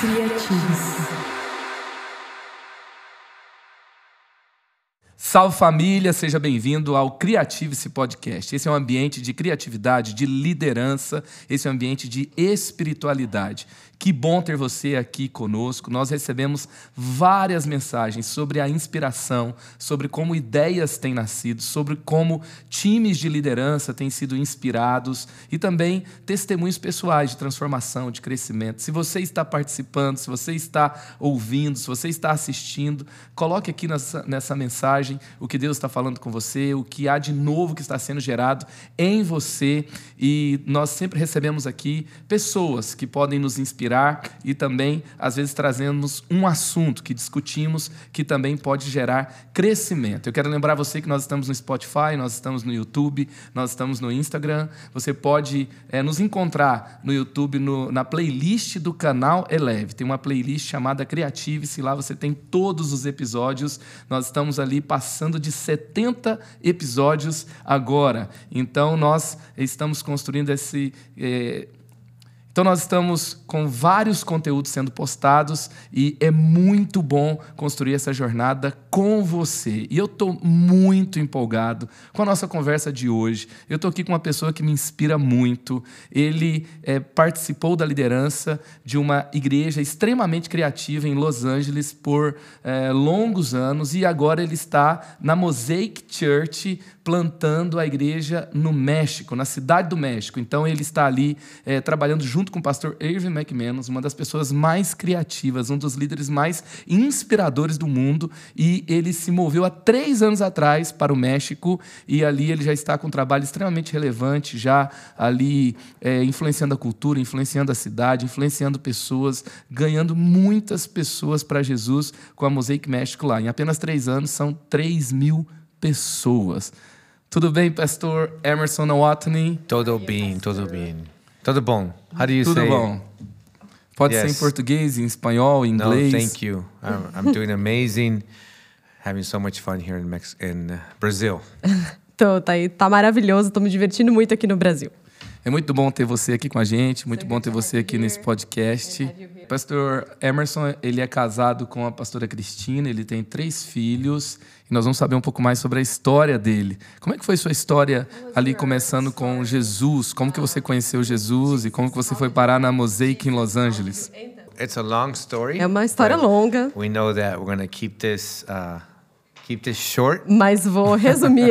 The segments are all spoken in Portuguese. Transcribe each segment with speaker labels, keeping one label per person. Speaker 1: Criativos.
Speaker 2: Salve família, seja bem-vindo ao Criative-se Podcast. Esse é um ambiente de criatividade, de liderança, esse é um ambiente de espiritualidade. Que bom ter você aqui conosco. Nós recebemos várias mensagens sobre a inspiração, sobre como ideias têm nascido, sobre como times de liderança têm sido inspirados e também testemunhos pessoais de transformação, de crescimento. Se você está participando, se você está ouvindo, se você está assistindo, coloque aqui nessa, nessa mensagem o que Deus está falando com você, o que há de novo que está sendo gerado em você. E nós sempre recebemos aqui pessoas que podem nos inspirar e também, às vezes, trazemos um assunto que discutimos que também pode gerar crescimento. Eu quero lembrar você que nós estamos no Spotify, nós estamos no YouTube, nós estamos no Instagram. Você pode eh, nos encontrar no YouTube, no- na playlist do canal Eleve. Tem uma playlist chamada Criative-se, lá você tem todos os episódios. Nós estamos ali passando de 70 episódios agora. Então, nós estamos construindo esse. eh, então, nós estamos com vários conteúdos sendo postados e é muito bom construir essa jornada com você. E eu estou muito empolgado com a nossa conversa de hoje. Eu estou aqui com uma pessoa que me inspira muito. Ele eh, participou da liderança de uma igreja extremamente criativa em Los Angeles por eh, longos anos e agora ele está na Mosaic Church plantando a igreja no México, na cidade do México. Então ele está ali eh, trabalhando junto com o pastor Irving McManus, uma das pessoas mais criativas, um dos líderes mais inspiradores do mundo. E ele se moveu há três anos atrás para o México e ali ele já está com um trabalho extremamente relevante, já ali eh, influenciando a cultura, influenciando a cidade, influenciando pessoas, ganhando muitas pessoas para Jesus com a Mosaic México lá. Em apenas três anos são 3 mil pessoas. Tudo bem, pastor Emerson Watney?
Speaker 3: Todo bem, todo bem. Tudo bom. How do you
Speaker 2: Tudo
Speaker 3: say?
Speaker 2: bom? Pode ser em
Speaker 3: Yes.
Speaker 2: português, em espanhol, em
Speaker 3: No,
Speaker 2: inglês.
Speaker 3: thank you. I'm, I'm doing amazing. Having so much fun here in Mex in uh, Brazil.
Speaker 1: Tô, tá, aí, tá maravilhoso, tô me divertindo muito aqui no Brasil.
Speaker 2: É muito bom ter você aqui com a gente, muito bom ter você aqui nesse podcast. Pastor Emerson, ele é casado com a pastora Cristina, ele tem três filhos e nós vamos saber um pouco mais sobre a história dele. Como é que foi sua história ali começando com Jesus? Como que você conheceu Jesus e como que você foi parar na Mosaic em Los Angeles?
Speaker 3: It's a long story.
Speaker 1: É uma história
Speaker 3: but
Speaker 1: longa,
Speaker 3: We know that we're gonna keep this uh, keep this short
Speaker 1: mas vou resumir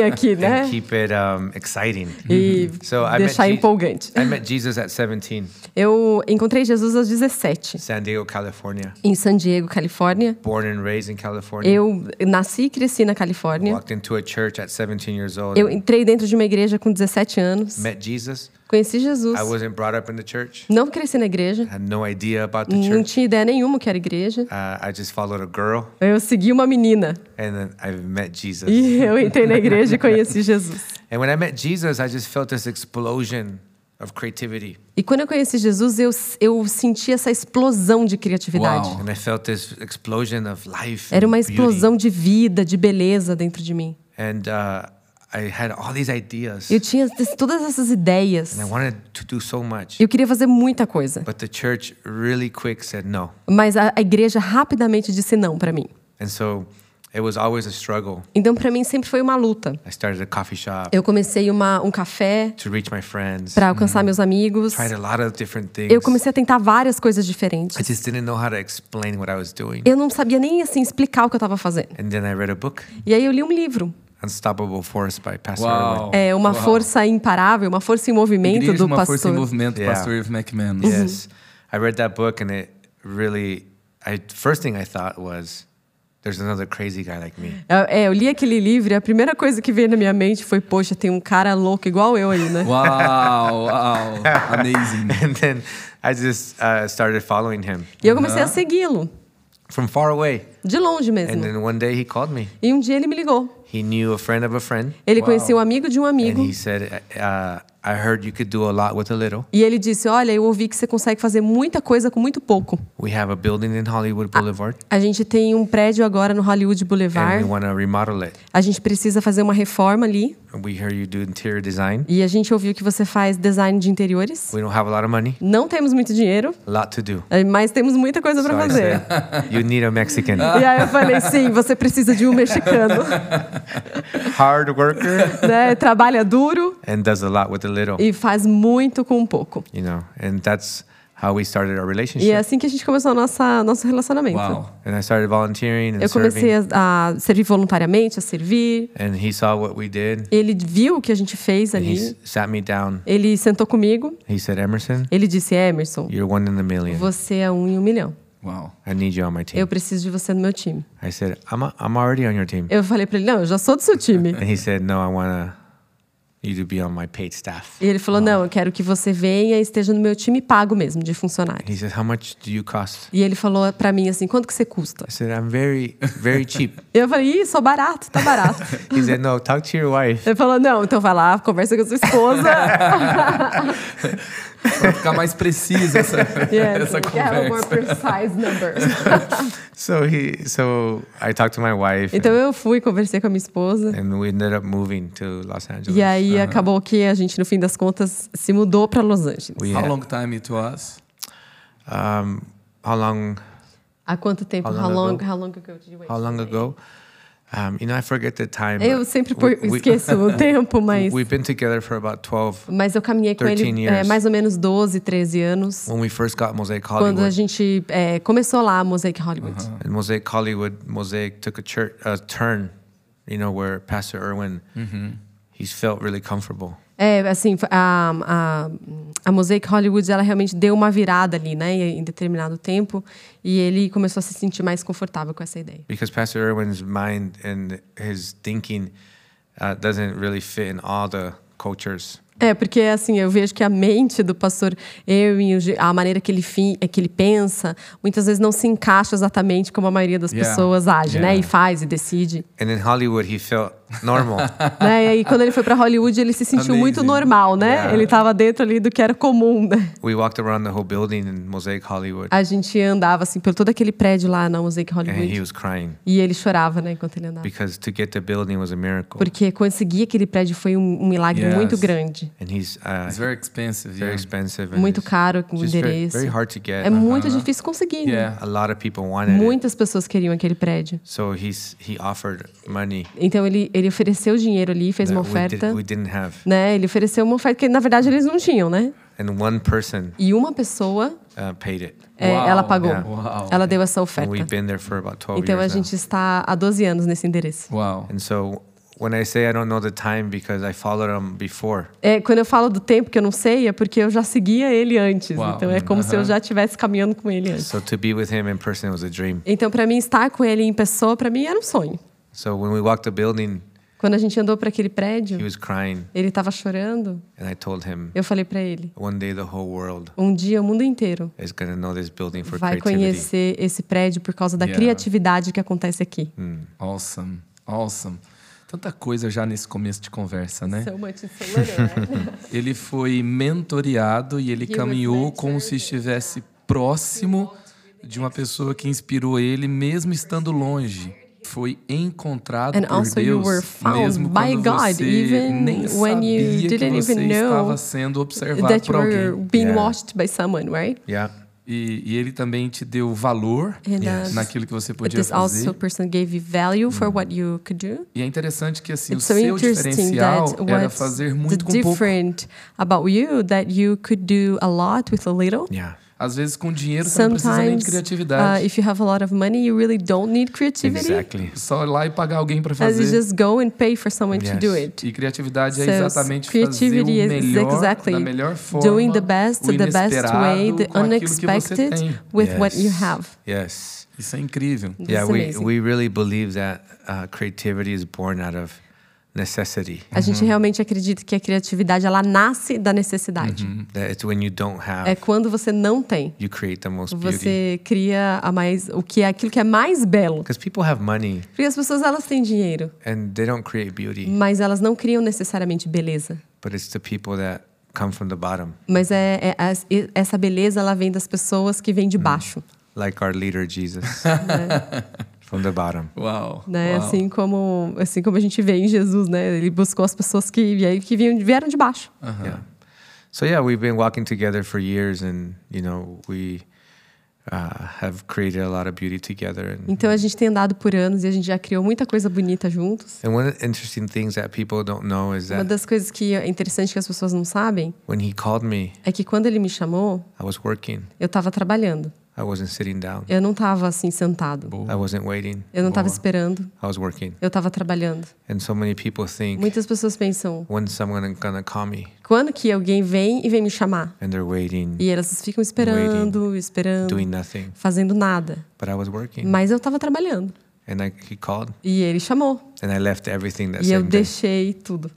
Speaker 1: aqui,
Speaker 3: and
Speaker 1: né?
Speaker 3: keep it um, exciting.
Speaker 1: E
Speaker 3: Uhum. So I met,
Speaker 1: deixar
Speaker 3: Je-
Speaker 1: empolgante.
Speaker 3: I met Jesus at 17,
Speaker 1: Eu encontrei Jesus aos 17,
Speaker 3: San Diego, California.
Speaker 1: em San Diego, Califórnia.
Speaker 3: Born and raised in California.
Speaker 1: Eu nasci e cresci na Califórnia.
Speaker 3: Walked into a church at 17 years old.
Speaker 1: Eu entrei dentro de uma igreja com 17 anos.
Speaker 3: Met Jesus.
Speaker 1: Conheci Jesus.
Speaker 3: I wasn't brought up in the church.
Speaker 1: Não cresci na igreja.
Speaker 3: Had no idea about the
Speaker 1: Não
Speaker 3: church.
Speaker 1: tinha ideia nenhuma o que era igreja.
Speaker 3: Uh, I just followed a girl,
Speaker 1: Eu segui uma menina.
Speaker 3: and then I met Jesus.
Speaker 1: E eu entrei na igreja e conheci Jesus.
Speaker 3: And when I met Jesus, I just felt this explosion of creativity,
Speaker 1: E quando eu conheci Jesus, eu, eu senti essa explosão de criatividade.
Speaker 2: Uau.
Speaker 3: and I felt this explosion of life.
Speaker 1: Era
Speaker 3: and
Speaker 1: uma
Speaker 3: beauty.
Speaker 1: explosão de vida, de beleza dentro de mim.
Speaker 3: And uh, I had all these ideas,
Speaker 1: E Eu tinha t- todas essas ideias.
Speaker 2: Né?
Speaker 3: and I wanted to do so much.
Speaker 1: E Eu queria fazer muita coisa.
Speaker 3: But the church really quick said no,
Speaker 1: Mas a, a igreja rapidamente disse não pra mim.
Speaker 3: and so it was always a struggle.
Speaker 1: Então, pra mim, sempre foi uma luta.
Speaker 3: I started a coffee shop
Speaker 1: Eu comecei uma, um café
Speaker 3: to reach my friends.
Speaker 1: pra
Speaker 2: Hum.
Speaker 1: alcançar meus amigos.
Speaker 3: Tried a lot of different things.
Speaker 1: Eu comecei a tentar várias coisas diferentes.
Speaker 3: I just didn't know how to explain what I was doing.
Speaker 1: Eu não sabia nem assim explicar o que eu tava fazendo.
Speaker 3: And then I read a book,
Speaker 1: E aí eu li um livro.
Speaker 3: Unstoppable Force by Pastor Irwin.
Speaker 2: Uau.
Speaker 1: É uma
Speaker 2: Uau.
Speaker 1: força imparável, uma força em movimento
Speaker 2: Igreja,
Speaker 1: do
Speaker 2: uma força em
Speaker 1: pastor.
Speaker 2: movimento,
Speaker 3: Yeah.
Speaker 2: pastor Irving McManus.
Speaker 3: Yes. I read that book and it really I first thing I thought was there's another crazy guy like me.
Speaker 1: É, eu li aquele livro e a primeira coisa que veio na minha mente foi, poxa, tem um cara louco igual eu aí, né?
Speaker 2: Uau, uau, amazing.
Speaker 3: And then I just uh, started following him
Speaker 1: E eu comecei a segui-lo,
Speaker 3: from far away.
Speaker 1: de longe
Speaker 2: É, né?
Speaker 3: And
Speaker 1: mesmo.
Speaker 3: then one day he called me.
Speaker 1: E um dia ele me ligou.
Speaker 3: He knew a friend of a friend
Speaker 1: Ele
Speaker 2: Uau. É
Speaker 1: conhecia um amigo de um
Speaker 3: and
Speaker 1: amigo.
Speaker 3: he said uh, I heard you could do a lot with a little.
Speaker 1: E ele disse: Olha, eu ouvi que você consegue fazer muita coisa com muito pouco.
Speaker 3: We have a building in Hollywood Boulevard,
Speaker 1: A gente tem um prédio agora no Hollywood
Speaker 3: and
Speaker 1: Boulevard.
Speaker 2: É,
Speaker 3: we
Speaker 2: né?
Speaker 3: want to remodel it.
Speaker 1: A gente precisa fazer uma reforma ali.
Speaker 3: And we hear you do interior design.
Speaker 1: E a gente ouviu que você faz design de interiores.
Speaker 3: We don't have a lot of money,
Speaker 1: Não temos muito dinheiro,
Speaker 3: a lot to do.
Speaker 1: eh, mas temos muita coisa
Speaker 3: So
Speaker 1: para
Speaker 3: I
Speaker 1: fazer.
Speaker 3: said, you need a Mexican,
Speaker 1: E aí eu falei, sim, você precisa de um mexicano,
Speaker 3: hard worker,
Speaker 1: né? Trabalha duro
Speaker 3: and does a lot with a little.
Speaker 1: e faz muito com pouco.
Speaker 3: You know, and that's how we started our
Speaker 1: E é
Speaker 3: relationship.
Speaker 1: assim que a gente começou a nossa nosso relacionamento.
Speaker 2: Uau.
Speaker 3: And I started volunteering and
Speaker 1: Eu comecei
Speaker 3: serving.
Speaker 1: a, a servir voluntariamente, a servir.
Speaker 3: And he saw what we did.
Speaker 1: Ele viu o que a gente fez
Speaker 3: And he
Speaker 1: ali.
Speaker 3: s- sat me down.
Speaker 1: Ele sentou comigo.
Speaker 3: He said, Emerson,
Speaker 1: Ele disse, Emerson,
Speaker 3: you're one in a million.
Speaker 1: você é um em um milhão.
Speaker 2: Uau.
Speaker 3: I need you on my team.
Speaker 1: Eu preciso de você no meu time.
Speaker 3: I said, I'm, a, I'm already on your team.
Speaker 1: Eu falei pra ele, não, eu já sou do seu time.
Speaker 3: And he said, No, I want you to be on my paid staff.
Speaker 1: E ele falou, não, eu quero que você venha e esteja no meu time pago mesmo, de funcionário.
Speaker 3: And he said, How much do you cost?
Speaker 1: E ele falou pra mim assim, quanto que você custa?
Speaker 3: I said, I'm very, very cheap.
Speaker 1: Eu falei, ih, sou barato, tá barato.
Speaker 3: He said, No, talk to your wife.
Speaker 1: ele falou, não, então vai lá, conversa com a sua esposa.
Speaker 2: Pra ficar mais precisa essa,
Speaker 1: Yes,
Speaker 2: essa
Speaker 1: we have a um more
Speaker 2: conversa.
Speaker 1: precise number.
Speaker 3: So he, so I talked to my wife,
Speaker 1: então eu fui, conversei com a minha esposa.
Speaker 3: and we ended up moving to Los Angeles.
Speaker 1: E aí acabou que a gente, no fim das contas, se mudou pra Los Angeles.
Speaker 3: We
Speaker 2: How
Speaker 3: had-
Speaker 2: long time it was?
Speaker 3: Um, how long?
Speaker 1: Há quanto tempo?
Speaker 3: How
Speaker 1: How long,
Speaker 3: long
Speaker 1: how long ago did you wait?
Speaker 3: How long ago? Um, you know, I forget the time. but
Speaker 1: Eu sempre por-
Speaker 3: we- we-
Speaker 1: esqueço o tempo, mas,
Speaker 3: We've been together for about 12
Speaker 1: mas eu caminhei com ele
Speaker 3: 13
Speaker 1: é,
Speaker 3: years.
Speaker 1: mais ou menos 12, 13 anos.
Speaker 3: when we first got Mosaic
Speaker 1: Quando a
Speaker 3: Hollywood.
Speaker 1: gente é, começou lá a Mosaic Hollywood.
Speaker 3: And Mosaic Hollywood, Mosaic took a church a turn, you know, where Pastor Irwin, he's felt really comfortable.
Speaker 1: É, assim, a, a, a Mosaic Hollywood, ela realmente deu uma virada ali, né, em determinado tempo. E ele começou a se sentir mais confortável com essa ideia.
Speaker 3: because Pastor Irwin's mind and his thinking uh, doesn't really fit in all the cultures.
Speaker 1: É, porque assim, eu vejo que a mente do pastor Erwin, o je- a maneira que ele, fi- é que ele pensa, muitas vezes não se encaixa exatamente como a maioria das
Speaker 2: Yeah.
Speaker 1: pessoas age, né?
Speaker 2: Yeah.
Speaker 1: E faz e decide.
Speaker 3: And in Hollywood, he felt normal.
Speaker 1: né? E aí, quando ele foi pra Hollywood, ele se sentiu muito
Speaker 2: Amazing.
Speaker 1: normal, né?
Speaker 3: Yeah.
Speaker 1: Ele tava dentro ali do que era comum, né?
Speaker 3: we walked around the whole building in Mosaic Hollywood,
Speaker 1: A gente andava, assim, por todo aquele prédio lá na Mosaic
Speaker 3: and he
Speaker 1: Hollywood.
Speaker 3: was crying
Speaker 1: E ele chorava, né, enquanto ele andava.
Speaker 3: É, because to get the building was a miracle.
Speaker 1: Porque conseguir aquele prédio foi um, um milagre
Speaker 2: Yes.
Speaker 1: muito grande.
Speaker 3: And he's uh,
Speaker 2: It's very expensive.
Speaker 3: very
Speaker 2: yeah.
Speaker 3: expensive. and
Speaker 1: Muito
Speaker 3: it's
Speaker 1: caro o
Speaker 3: just very,
Speaker 1: endereço.
Speaker 3: very hard to get. uh-huh.
Speaker 1: É muito difícil conseguir, né?
Speaker 2: Yeah.
Speaker 3: A lot of people wanted it.
Speaker 1: Muitas pessoas queriam aquele prédio.
Speaker 3: So he's he offered money
Speaker 1: Então ele, ele ofereceu dinheiro ali,
Speaker 2: Né,
Speaker 1: fez uma
Speaker 3: that we,
Speaker 1: oferta,
Speaker 3: did, we didn't have.
Speaker 1: né? Ele ofereceu uma oferta que na verdade eles não tinham, né?
Speaker 3: And one person
Speaker 1: E uma pessoa,
Speaker 3: uh, paid it.
Speaker 1: é,
Speaker 2: Uau,
Speaker 1: ela pagou.
Speaker 2: yeah. Uau. Um
Speaker 1: Ela deu essa
Speaker 3: And
Speaker 1: oferta.
Speaker 3: we've been there for about 12
Speaker 1: Então a
Speaker 3: years now.
Speaker 1: gente está há 12 anos nesse endereço.
Speaker 2: Uau.
Speaker 3: And so when I say I don't know the time because I followed him before,
Speaker 1: É, quando eu falo do tempo que eu não sei, é porque eu já seguia ele antes.
Speaker 2: Uau.
Speaker 1: Então é como se eu já estivesse caminhando com ele antes.
Speaker 3: so to be with him in person was a dream.
Speaker 1: Então para mim estar com ele em pessoa para mim era um sonho.
Speaker 3: So when we walked the building,
Speaker 1: Quando a gente andou para aquele
Speaker 3: he
Speaker 1: prédio,
Speaker 3: was crying,
Speaker 1: ele estava chorando.
Speaker 3: and I told him,
Speaker 1: Eu falei para ele:
Speaker 3: one day the whole world
Speaker 1: um dia o mundo inteiro
Speaker 3: is gonna know this building for
Speaker 1: vai
Speaker 3: creativity.
Speaker 1: conhecer esse prédio por causa da
Speaker 2: Yeah. Né?
Speaker 1: criatividade que acontece aqui.
Speaker 2: Awesome. Awesome. Tanta coisa já nesse começo de conversa, né?
Speaker 1: So much is so little, right?
Speaker 2: Ele foi mentoreado e ele
Speaker 1: was
Speaker 2: caminhou
Speaker 1: mentored,
Speaker 2: como se
Speaker 1: yeah.
Speaker 2: estivesse próximo de uma pessoa que inspirou ele, mesmo estando longe. Foi encontrado
Speaker 1: And
Speaker 2: por
Speaker 1: also you
Speaker 2: Deus,
Speaker 1: were found
Speaker 2: mesmo
Speaker 1: by
Speaker 2: quando
Speaker 1: God,
Speaker 2: você
Speaker 1: even
Speaker 2: nem
Speaker 1: when
Speaker 2: sabia
Speaker 1: you
Speaker 2: que
Speaker 1: didn't
Speaker 2: você
Speaker 1: even know
Speaker 2: estava sendo observado
Speaker 1: That you
Speaker 2: por alguém.
Speaker 1: were being
Speaker 3: Yeah.
Speaker 1: watched by someone, right?
Speaker 3: Yeah.
Speaker 2: E, e ele também te deu valor
Speaker 1: And, uh, Yes.
Speaker 2: naquilo que você
Speaker 1: But
Speaker 2: podia
Speaker 1: this
Speaker 2: fazer. Hum.
Speaker 1: also person gave you value for what you could do.
Speaker 2: E é interessante que assim,
Speaker 1: It's
Speaker 2: o
Speaker 1: so
Speaker 2: seu
Speaker 1: interesting that
Speaker 2: diferencial era
Speaker 1: what's
Speaker 2: fazer
Speaker 1: the
Speaker 2: muito com pouco.
Speaker 1: different about you that you could do a lot with a little.
Speaker 3: Yeah.
Speaker 2: Às vezes com dinheiro você não precisa nem de
Speaker 1: Sometimes, uh,
Speaker 2: criatividade.
Speaker 1: if you have a lot of money, you really don't need creativity.
Speaker 3: Exactly.
Speaker 2: Só ir lá e pagar alguém para
Speaker 1: As you
Speaker 2: fazer.
Speaker 1: just go and pay for someone to do
Speaker 3: Yes.
Speaker 1: it.
Speaker 2: E criatividade é
Speaker 1: So,
Speaker 2: exatamente
Speaker 1: creativity
Speaker 2: fazer o
Speaker 1: is
Speaker 2: melhor
Speaker 1: exactly
Speaker 2: da melhor forma,
Speaker 1: Doing the best,
Speaker 2: o
Speaker 1: the best way,
Speaker 2: inesperado
Speaker 1: the
Speaker 2: com aquilo que você
Speaker 1: unexpected
Speaker 2: tem.
Speaker 1: with what you
Speaker 3: Yes.
Speaker 1: have.
Speaker 3: Yes.
Speaker 2: Isso é incrível.
Speaker 1: This
Speaker 3: Yeah,
Speaker 1: is
Speaker 3: we,
Speaker 1: amazing.
Speaker 3: we really believe that uh, creativity is born out of necessity.
Speaker 1: A gente realmente acredita que a criatividade ela nasce da necessidade.
Speaker 3: That it's when you don't have,
Speaker 1: É quando você não tem,
Speaker 3: you create the most beauty.
Speaker 1: você cria a mais o que é aquilo que é mais belo.
Speaker 3: Because people have money
Speaker 1: Porque as pessoas elas têm dinheiro, Mm.
Speaker 3: and they don't create beauty,
Speaker 1: mas elas não criam necessariamente beleza.
Speaker 3: but it's the people that come from the bottom,
Speaker 1: Mas é, é- as- e- essa beleza ela vem das pessoas que vêm de
Speaker 3: Uhum.
Speaker 1: baixo,
Speaker 3: like our leader Jesus,
Speaker 1: né?
Speaker 3: from the bottom.
Speaker 2: Uau.
Speaker 1: Né?
Speaker 2: uau.
Speaker 1: Assim como assim como a gente vê em Jesus, né? Ele buscou as pessoas que e aí que vinham, vieram de baixo.
Speaker 2: Aham.
Speaker 3: Yeah. So yeah, we've been walking together for years, and you know we uh, have created a lot of beauty together. And,
Speaker 1: Então a gente tem andado por anos e a gente já criou muita coisa bonita juntos.
Speaker 3: and one of the interesting things that people don't know is
Speaker 1: Uma
Speaker 3: that
Speaker 1: das coisas que é interessante que as pessoas não sabem
Speaker 3: when he called me,
Speaker 1: é que quando ele me chamou,
Speaker 3: I was working.
Speaker 1: eu estava trabalhando.
Speaker 3: I wasn't sitting down.
Speaker 1: Eu não estava assim sentado.
Speaker 3: I wasn't waiting.
Speaker 1: Eu não estava
Speaker 2: Boa.
Speaker 1: esperando.
Speaker 3: I was working.
Speaker 1: Eu estava trabalhando.
Speaker 3: And so many people think
Speaker 1: Muitas pessoas pensam,
Speaker 3: when someone gonna call me,
Speaker 1: quando que alguém vem e vem me chamar?
Speaker 3: and they're waiting,
Speaker 1: E elas ficam esperando, esperando,
Speaker 3: doing nothing.
Speaker 1: fazendo nada.
Speaker 3: But I was working,
Speaker 1: Mas eu estava trabalhando.
Speaker 3: and I, he called,
Speaker 1: E ele chamou.
Speaker 3: and I left everything
Speaker 2: é
Speaker 3: that
Speaker 1: E eu
Speaker 3: same day.
Speaker 1: deixei tudo.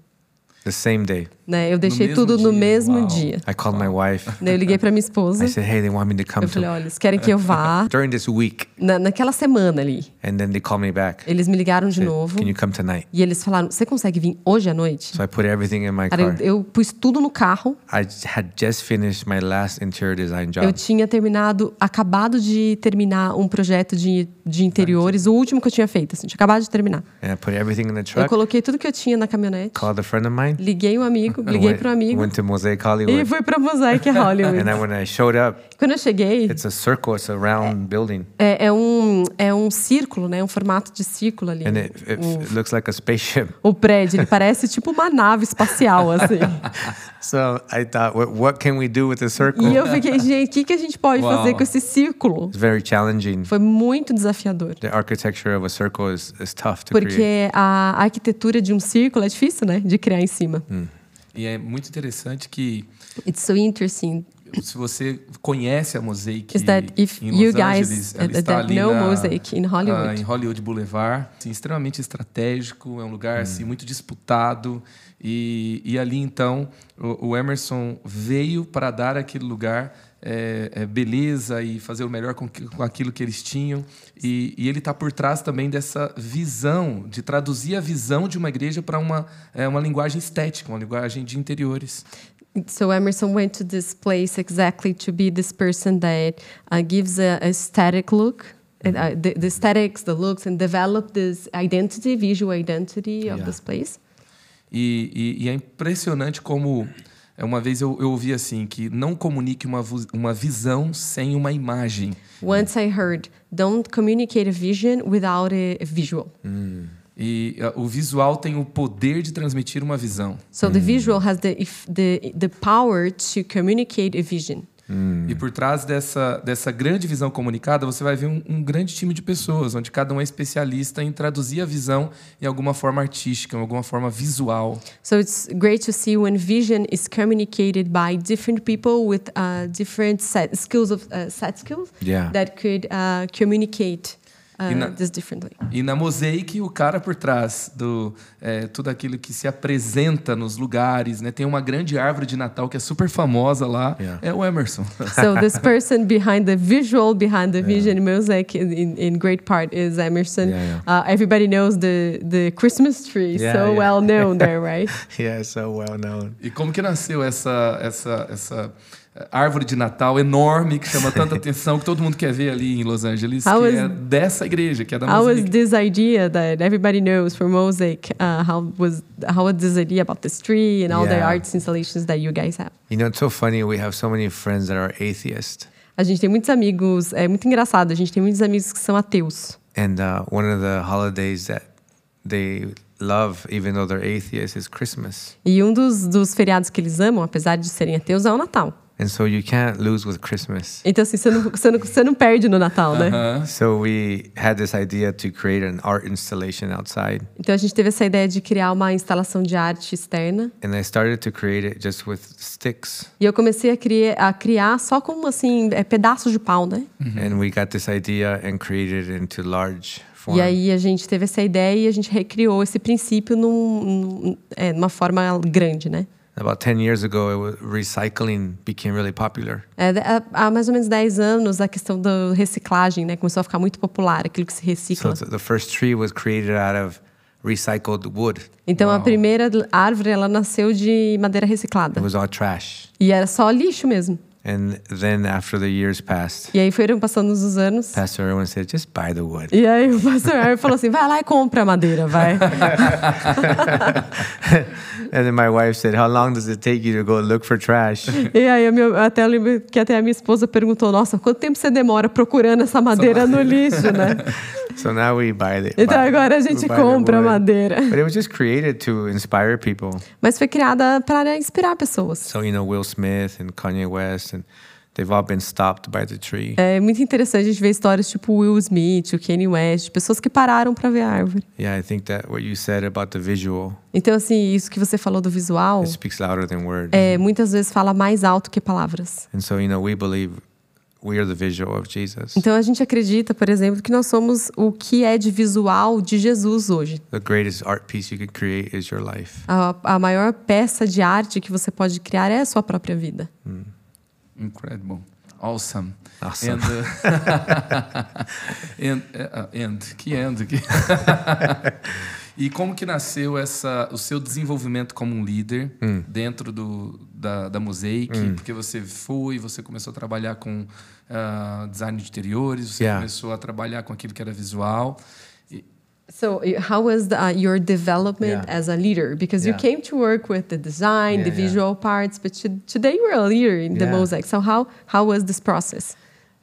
Speaker 3: The same day,
Speaker 1: Né? Eu deixei
Speaker 2: mesmo
Speaker 1: tudo no
Speaker 2: dia,
Speaker 1: mesmo
Speaker 2: uau.
Speaker 1: dia.
Speaker 3: I called my wife.
Speaker 1: Né, Eu liguei para minha esposa.
Speaker 3: I said, "Hey, they want me to come
Speaker 1: Eu
Speaker 3: to
Speaker 1: falei, olha, eles querem que eu vá.
Speaker 3: during this week."
Speaker 1: Na, naquela semana ali,
Speaker 3: And then they called me back.
Speaker 1: eles me ligaram de
Speaker 3: Said,
Speaker 1: novo.
Speaker 3: Can you come tonight?
Speaker 1: E eles falaram, você consegue vir hoje à noite?
Speaker 3: So I put everything in my
Speaker 1: Cara, eu,
Speaker 3: car.
Speaker 1: eu pus tudo no carro.
Speaker 3: I j- had just finished my last interior design
Speaker 1: Eu
Speaker 3: job.
Speaker 1: tinha terminado, acabado de terminar um projeto de, de interiores, o último que eu tinha feito, assim, tinha acabado de terminar.
Speaker 3: And I put everything in the
Speaker 1: Eu
Speaker 3: truck,
Speaker 1: coloquei tudo que eu tinha na caminhonete,
Speaker 3: called a friend of mine.
Speaker 1: liguei um amigo,
Speaker 3: and
Speaker 1: liguei
Speaker 3: went-
Speaker 1: para um amigo
Speaker 3: Went to Mosaic
Speaker 1: e
Speaker 3: Hollywood.
Speaker 1: fui para Mosaic Hollywood.
Speaker 3: And then when I showed up,
Speaker 1: Quando eu cheguei,
Speaker 3: it's a circle, it's a round building.
Speaker 1: é, é um, é um círculo, né? Um formato de círculo ali.
Speaker 3: And it, it, it looks like a spaceship.
Speaker 1: O prédio, ele parece tipo uma nave espacial, assim.
Speaker 3: So I thought, what, what can we do with the circle?
Speaker 1: E eu fiquei, gente, o que, que a gente pode
Speaker 2: Uau.
Speaker 1: fazer com esse círculo?
Speaker 3: It's very challenging.
Speaker 1: Foi muito desafiador.
Speaker 3: The architecture of a circle is, is tough to create.
Speaker 1: Porque a arquitetura de um círculo é difícil, né? De criar em cima.
Speaker 2: E é muito interessante que
Speaker 1: It's so interesting
Speaker 2: se você conhece a Mosaic
Speaker 1: is that if
Speaker 2: em
Speaker 1: you
Speaker 2: Los
Speaker 1: guys
Speaker 2: Angeles, ela
Speaker 1: uh,
Speaker 2: está
Speaker 1: that
Speaker 2: ali
Speaker 1: know
Speaker 2: na-
Speaker 1: Mosaic in
Speaker 2: ah, em
Speaker 1: Hollywood,
Speaker 2: Hollywood Boulevard, assim, extremamente estratégico, é um lugar assim, muito disputado. E, e ali então o, o Emerson veio para dar àquele lugar é, é, beleza e fazer o melhor com, que- com aquilo que eles tinham. E, e ele está por trás também dessa visão, de traduzir a visão de uma igreja para uma, é, uma linguagem estética, uma linguagem de interiores.
Speaker 1: so Emerson went to this place exactly to be this person that uh, gives a a aesthetic look. And, uh, the, the aesthetics, the looks, and develop this identity, visual identity of
Speaker 3: Yeah.
Speaker 1: this place.
Speaker 2: E, e- e é impressionante como. é, Uma vez eu, eu ouvi assim: que não comunique uma, vu- uma visão sem uma imagem.
Speaker 1: Once I heard, don't communicate a vision without a, a visual.
Speaker 2: E ah, o visual tem o poder de transmitir uma visão.
Speaker 1: So the visual has the if the the power to communicate a vision.
Speaker 2: E por trás dessa, dessa grande visão comunicada, você vai ver um, um grande time de pessoas, onde cada um é especialista em traduzir a visão em alguma forma artística, em alguma forma visual.
Speaker 1: So it's great to see when vision is communicated by different people with uh, different set skills of uh, set skills
Speaker 3: Yeah.
Speaker 1: that could uh, communicate uh,
Speaker 2: In a-
Speaker 1: this differently.
Speaker 2: E na Mosaic, o cara por trás do é, tudo aquilo que se apresenta nos lugares, né? Tem uma grande árvore de Natal que é super famosa lá.
Speaker 3: Yeah.
Speaker 2: É o Emerson.
Speaker 1: so this person behind the visual, behind the vision mosaic, in, in, in great part is Emerson.
Speaker 3: Yeah, yeah.
Speaker 1: Uh, everybody knows the the Christmas tree,
Speaker 3: Yeah,
Speaker 1: so
Speaker 3: yeah.
Speaker 1: well known there, right?
Speaker 3: Yeah, it's so well known.
Speaker 2: E como que nasceu essa, essa, essa eh, árvore de Natal enorme que chama tanta atenção, que todo mundo quer ver ali em Los Angeles,
Speaker 1: How
Speaker 2: que
Speaker 1: is-
Speaker 2: é dessa igreja, que é da
Speaker 1: How was
Speaker 2: Mosaic.
Speaker 1: this idea that everybody knows for Mosaic? Uh, how was how was this idea about this tree and all the
Speaker 3: Yeah.
Speaker 1: arts installations that you guys have?
Speaker 3: You know, it's so funny. We have so many friends that are atheists.
Speaker 1: A gente tem muitos amigos, é muito engraçado. A gente tem muitos amigos que são ateus.
Speaker 3: And uh, one of the holidays that they love, even though they're atheists, is Christmas.
Speaker 1: E um dos, dos feriados que eles amam, apesar de serem ateus, é o Natal.
Speaker 3: And so you can't lose with Christmas.
Speaker 1: Então, assim, você não, você não, você não perde no Natal, né?
Speaker 2: Aham.
Speaker 3: So we had this idea to create an art installation outside.
Speaker 1: Então, a gente teve essa ideia de criar uma instalação de arte externa.
Speaker 3: And I started to create it just with sticks.
Speaker 1: E eu comecei a criar, a criar só com, assim, é, pedaços de pau, né?
Speaker 3: And we got this idea and created it into large form.
Speaker 1: E aí a gente teve essa ideia e a gente recriou esse princípio num, num- é, numa forma grande, né?
Speaker 3: About 10 years ago, it was, recycling became really popular.
Speaker 1: É, de- há- há mais ou menos 10 anos a questão da reciclagem, né? Começou a ficar muito popular, aquilo que se
Speaker 3: So
Speaker 1: recicla.
Speaker 3: th- the first tree was created out of recycled wood.
Speaker 1: Então a primeira árvore ela nasceu de madeira
Speaker 3: It
Speaker 1: reciclada
Speaker 3: was all trash.
Speaker 1: e era só lixo mesmo.
Speaker 3: And then after the years passed,
Speaker 1: E aí foram passando os anos.
Speaker 3: Pastor Irwin said, "Just buy the wood."
Speaker 1: E aí o pastor Harry falou assim: vai lá e compra a madeira, vai.
Speaker 3: And then my wife said, "How long does it take you to go look for trash?"
Speaker 1: E aí a minha- até eu lembro que até a minha esposa perguntou: nossa, quanto tempo você demora procurando essa madeira no lixo, né?
Speaker 3: so now we buy the.
Speaker 1: Então
Speaker 3: buy-
Speaker 1: agora a
Speaker 3: we
Speaker 1: gente
Speaker 3: buy the
Speaker 1: compra a
Speaker 3: wood.
Speaker 1: madeira.
Speaker 3: But it was just created to inspire people.
Speaker 1: Mas foi criada para inspirar pessoas.
Speaker 3: So you know, Will Smith and Kanye West, and they've all been stopped by the tree.
Speaker 1: É muito interessante a gente ver histórias tipo Will Smith, o Kanye West, pessoas que pararam para ver a árvore.
Speaker 3: Yeah, I think that what you said about the visual
Speaker 1: Então, assim, isso que você falou do visual,
Speaker 3: it speaks louder than words.
Speaker 1: é, muitas vezes fala mais alto que palavras.
Speaker 3: And so you know, we believe we are the visual of Jesus,
Speaker 1: Então, a gente acredita, por exemplo, que nós somos o que é de visual de Jesus hoje.
Speaker 3: the greatest art piece you could create is your life.
Speaker 1: A, a maior peça de arte que você pode criar é a sua própria vida.
Speaker 2: Incredible. Awesome.
Speaker 3: Awesome.
Speaker 2: And, uh, and, uh, and. Que end aqui. e como que nasceu essa, o seu desenvolvimento como um líder dentro do, da, da Mosaic? Porque você foi, você começou a trabalhar com ah, design de interiores, você
Speaker 3: Yeah.
Speaker 2: começou a trabalhar com aquilo que era visual. E-
Speaker 1: So, y- how was the, uh, your development
Speaker 3: Yeah.
Speaker 1: as a leader? Because you
Speaker 3: Yeah.
Speaker 1: came to work with the design, the
Speaker 3: Yeah, yeah.
Speaker 1: visual parts, but to- today you are a leader in the
Speaker 3: Yeah.
Speaker 1: mosaic. So, how how was this process?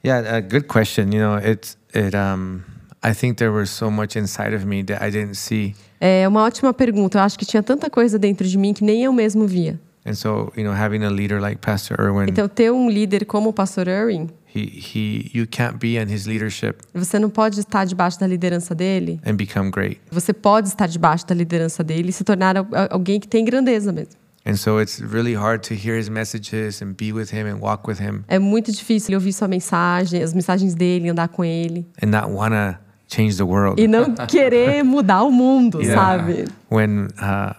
Speaker 3: Yeah, a good question. You know, it's it. Um, I think there was so much inside of me that I didn't see,
Speaker 1: É uma ótima pergunta. Eu acho que tinha tanta coisa dentro de mim que nem eu mesmo via.
Speaker 3: and so you know, having a leader like Pastor Irwin,
Speaker 1: Então, ter um líder como o pastor Irving,
Speaker 3: he he, you can't be in his leadership
Speaker 1: você não pode estar debaixo da liderança dele.
Speaker 3: and become great.
Speaker 1: Você pode estar debaixo da liderança dele e se tornar al- al- alguém que tem grandeza mesmo.
Speaker 3: And so it's really hard to hear his messages and be with him and walk with him
Speaker 1: É muito difícil ouvir sua mensagem, as mensagens dele, andar com ele.
Speaker 3: and not want to change the world.
Speaker 1: E não querer mudar o mundo,
Speaker 2: Yeah.
Speaker 1: sabe?
Speaker 3: When uh,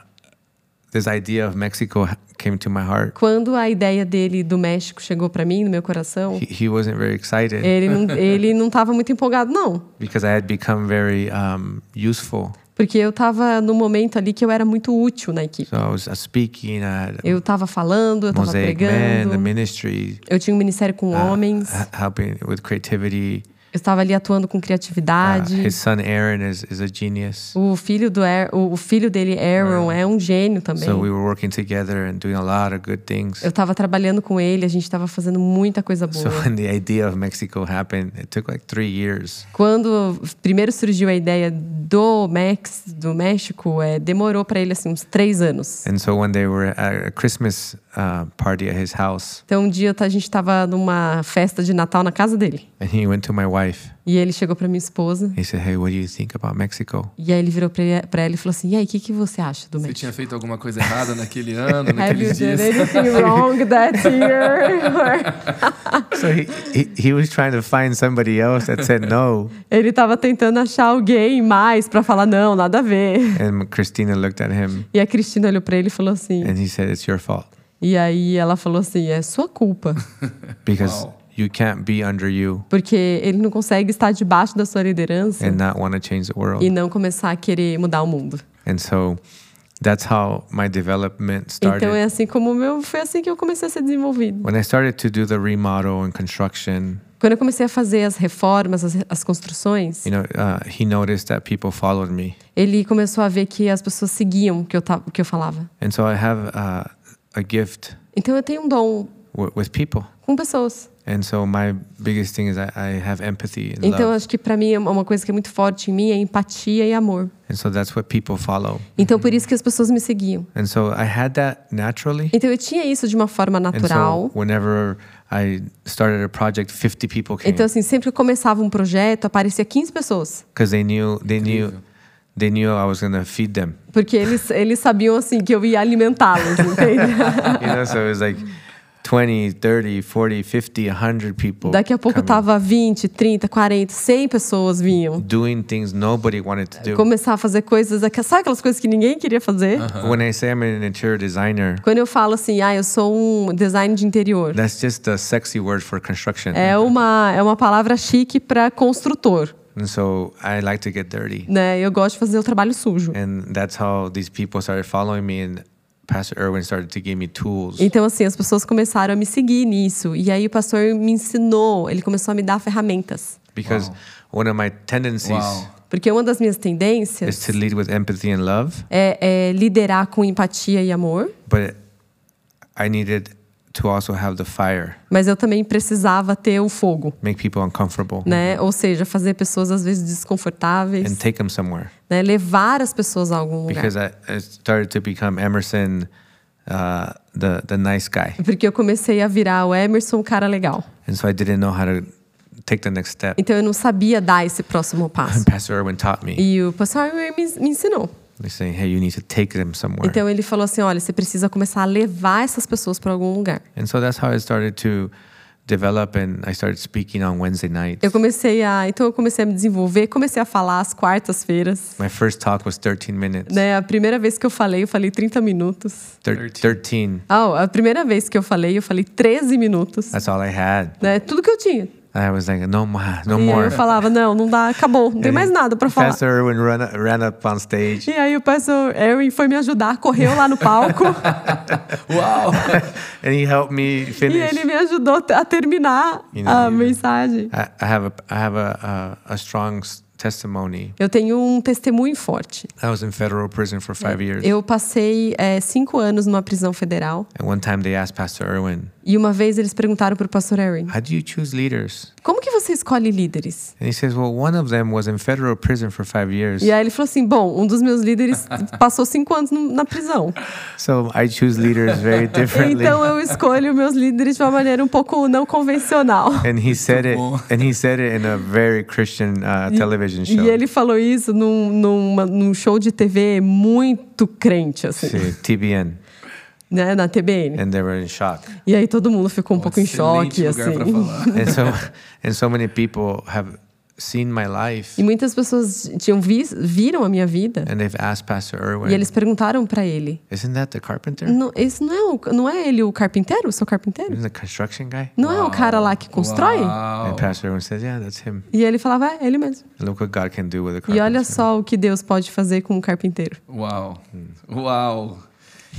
Speaker 3: this idea of Mexico ha- came to my heart,
Speaker 1: Quando a ideia dele do México chegou pra mim, no meu coração,
Speaker 3: he, he wasn't very excited
Speaker 1: ele não, ele não tava muito empolgado, não.
Speaker 3: because I had become very um, useful.
Speaker 1: Porque eu tava num momento ali que eu era muito útil na equipe.
Speaker 3: So I was uh, speaking, I had
Speaker 1: Eu tava falando, eu tava
Speaker 3: Mosaic Man, né? the
Speaker 1: pregando.
Speaker 3: ministry,
Speaker 1: Eu tinha um ministério com
Speaker 3: uh,
Speaker 1: homens.
Speaker 3: h- helping with creativity.
Speaker 1: Eu estava ali atuando com
Speaker 3: Uh,
Speaker 1: criatividade.
Speaker 3: his son Aaron is, is a genius.
Speaker 1: O filho, do Aar- o o filho dele, Aaron, é um gênio também.
Speaker 3: So we were working together and doing a lot of good things.
Speaker 1: Eu tava trabalhando com ele, a gente tava fazendo muita coisa boa.
Speaker 3: So when the idea of Mexico happened, it took like three years.
Speaker 1: Quando primeiro surgiu a ideia do Mex, do México, é, demorou para ele assim, uns três anos.
Speaker 3: And so when they were at a Christmas uh, party at his house,
Speaker 1: Então um dia a gente tava numa festa de Natal na casa dele.
Speaker 3: and he went to my wife,
Speaker 1: E ele chegou para minha esposa.
Speaker 3: he said, "Hey, what do you think about Mexico?"
Speaker 1: E aí ele virou para ela e falou assim: E aí, o que, que você acha do
Speaker 2: Você
Speaker 1: México?
Speaker 2: tinha feito alguma coisa errada naquele ano,
Speaker 1: Have you
Speaker 2: naqueles
Speaker 1: done
Speaker 2: dias?
Speaker 1: anything wrong that year?
Speaker 3: So he, he he was trying to find somebody else that said no.
Speaker 1: ele tava tentando achar alguém mais para falar: Não, nada a ver.
Speaker 3: And Christina looked at him
Speaker 1: E a Cristina olhou para ele e falou assim.
Speaker 3: and he said, "It's your fault
Speaker 1: E aí ela falou assim: É sua culpa.
Speaker 3: because
Speaker 2: Wow.
Speaker 3: you can't be under you
Speaker 1: Porque ele não consegue estar debaixo da sua liderança
Speaker 3: and not want to change the world."
Speaker 1: e não começar a querer mudar o mundo.
Speaker 3: And so that's how my development started.
Speaker 1: Então é assim como o meu, foi assim que eu comecei a ser desenvolvido.
Speaker 3: when I started to do the remodel and construction,
Speaker 1: Quando eu comecei a fazer as reformas, as, as construções,
Speaker 3: you know, uh, he noticed that people followed me.
Speaker 1: ele começou a ver que as pessoas seguiam o que eu tava, o que eu falava.
Speaker 3: And so I have uh, a gift
Speaker 1: Então eu tenho um dom
Speaker 3: w- with people.
Speaker 1: com pessoas.
Speaker 3: And so my biggest thing is I, I have empathy and
Speaker 1: Então
Speaker 3: love.
Speaker 1: acho que para mim é uma coisa que é muito forte em mim é empatia e amor.
Speaker 3: And so that's what people follow.
Speaker 1: Então por isso que as pessoas me seguiam.
Speaker 3: And so I had that naturally.
Speaker 1: Então eu tinha isso de uma forma
Speaker 3: And so
Speaker 1: natural.
Speaker 3: whenever I started a project, 50 people came
Speaker 1: Então assim, sempre que eu começava um projeto, aparecia 15 pessoas.
Speaker 3: because they knew they knew they knew I was going to feed them.
Speaker 1: Porque eles, eles sabiam assim que eu ia alimentá-los, entende?
Speaker 3: You know, so it was like 20, 30, 40, 50, 100 people.
Speaker 1: Daqui a pouco
Speaker 3: coming,
Speaker 1: tava 20, 30, 40, 100 pessoas vinham.
Speaker 3: doing things nobody wanted to do.
Speaker 1: Começar a fazer coisas, aqua- sabe aquelas coisas que ninguém queria fazer?
Speaker 3: Uh-huh. When I say I'm an interior designer,
Speaker 1: Quando eu falo assim, ah, eu sou um design de
Speaker 3: Né,
Speaker 1: interior. Eh.
Speaker 3: that's just a sexy word for construction.
Speaker 1: É uma, é uma palavra chique para construtor.
Speaker 3: And so I like to get dirty.
Speaker 1: né? Eu gosto de fazer o trabalho sujo.
Speaker 3: And that's how these people started following me. And Pastor Irwin started to give me tools.
Speaker 1: Então, assim, as pessoas começaram a me seguir nisso. E aí o pastor me ensinou, ele começou a me dar ferramentas.
Speaker 3: Because
Speaker 2: Wow.
Speaker 3: one of my tendencies
Speaker 2: Uau.
Speaker 1: Porque uma das minhas
Speaker 3: is
Speaker 1: tendências
Speaker 3: to lead with empathy and love,
Speaker 1: é, é liderar com empatia e amor,
Speaker 3: but I needed to also have the fire,
Speaker 1: mas eu também precisava ter o fogo,
Speaker 3: make people uncomfortable,
Speaker 1: né? Ou seja, fazer pessoas às vezes desconfortáveis,
Speaker 3: and take them somewhere.
Speaker 1: né? levar as pessoas a algum lugar.
Speaker 3: Because I, I started to become Emerson, uh, the the nice guy,
Speaker 1: Porque eu comecei a virar o Emerson um cara legal.
Speaker 3: and so I didn't know how to take the next step.
Speaker 1: Então eu não sabia dar esse próximo passo.
Speaker 3: And Pastor Irwin taught me.
Speaker 1: E o pastor Irwin me, me ensinou.
Speaker 3: He's saying, "Hey, you need to take them somewhere."
Speaker 1: Então ele falou assim: olha, você precisa começar a levar essas pessoas para algum lugar.
Speaker 3: And so that's how I started to develop, and I started speaking on Wednesday nights.
Speaker 1: Eu comecei a, então eu comecei a me desenvolver, comecei a falar às quartas-feiras,
Speaker 3: My first talk was 13 minutes.
Speaker 1: né? A primeira vez que eu falei, eu falei 30 minutos.
Speaker 3: Thir-
Speaker 2: 13.
Speaker 3: 13.
Speaker 1: Ah, a primeira vez que eu falei, eu falei 13 minutos,
Speaker 3: That's all I had.
Speaker 1: né? Tudo que eu tinha.
Speaker 3: I was like, no more, no
Speaker 1: E aí
Speaker 3: more. né?
Speaker 1: eu falava: não, não dá, acabou, não tem mais nada para falar.
Speaker 3: Pastor Irwin ran, ran up on stage.
Speaker 1: E aí o pastor Erin foi me ajudar, correu lá no palco
Speaker 2: Uau!
Speaker 3: and he helped me
Speaker 1: e
Speaker 3: finish.
Speaker 1: ele me ajudou a terminar a
Speaker 3: Incrível.
Speaker 1: mensagem.
Speaker 3: I, I have a I have a, a, a strong s- testimony.
Speaker 1: Eu tenho um testemunho forte.
Speaker 3: I was in federal prison for five years,
Speaker 1: Eu passei eh, cinco anos numa prisão federal
Speaker 3: and one time they asked Pastor Irwin,
Speaker 1: e uma vez eles perguntaram para o pastor Erin:
Speaker 3: "How do you choose leaders?"
Speaker 1: como que você escolhe líderes?
Speaker 3: And he says, "Well, one of them was in federal prison for five years,
Speaker 1: E aí ele falou assim: bom, um dos meus líderes passou cinco anos no- na prisão.
Speaker 3: so I choose leaders very differently."
Speaker 1: Então eu escolho meus líderes de uma maneira um pouco não convencional.
Speaker 3: and he said it,
Speaker 2: bom.
Speaker 3: and he said it in a very Christian uh, television show.
Speaker 1: E ele falou isso num, numa- num show de TV muito crente, assim,
Speaker 3: to TBN,
Speaker 1: né? Na TBN.
Speaker 3: and they were in shock.
Speaker 1: E aí todo mundo ficou um pouco em choque,
Speaker 2: É. Excelente lugar pra
Speaker 1: assim.
Speaker 2: falar.
Speaker 3: and so, and so many people have seen my life,
Speaker 1: E muitas pessoas tinham vis- viram a minha vida
Speaker 2: É,
Speaker 3: and they've asked Pastor Irwin,
Speaker 1: e eles perguntaram para ele:
Speaker 3: "Isn't that the carpenter?
Speaker 1: "Não- esse não é, o- não é ele o carpinteiro, o seu carpinteiro?
Speaker 3: Isn't the construction guy?"
Speaker 1: Não é o cara lá que constrói?
Speaker 2: Uau.
Speaker 3: And Pastor Irwin says, "Yeah, that's him.
Speaker 1: E ele falava: é, é ele mesmo.
Speaker 3: Look what God can do with a
Speaker 1: E
Speaker 3: carpenter."
Speaker 1: olha só o que Deus pode fazer com um carpinteiro.
Speaker 2: Uau!
Speaker 3: Hum.
Speaker 2: Uau!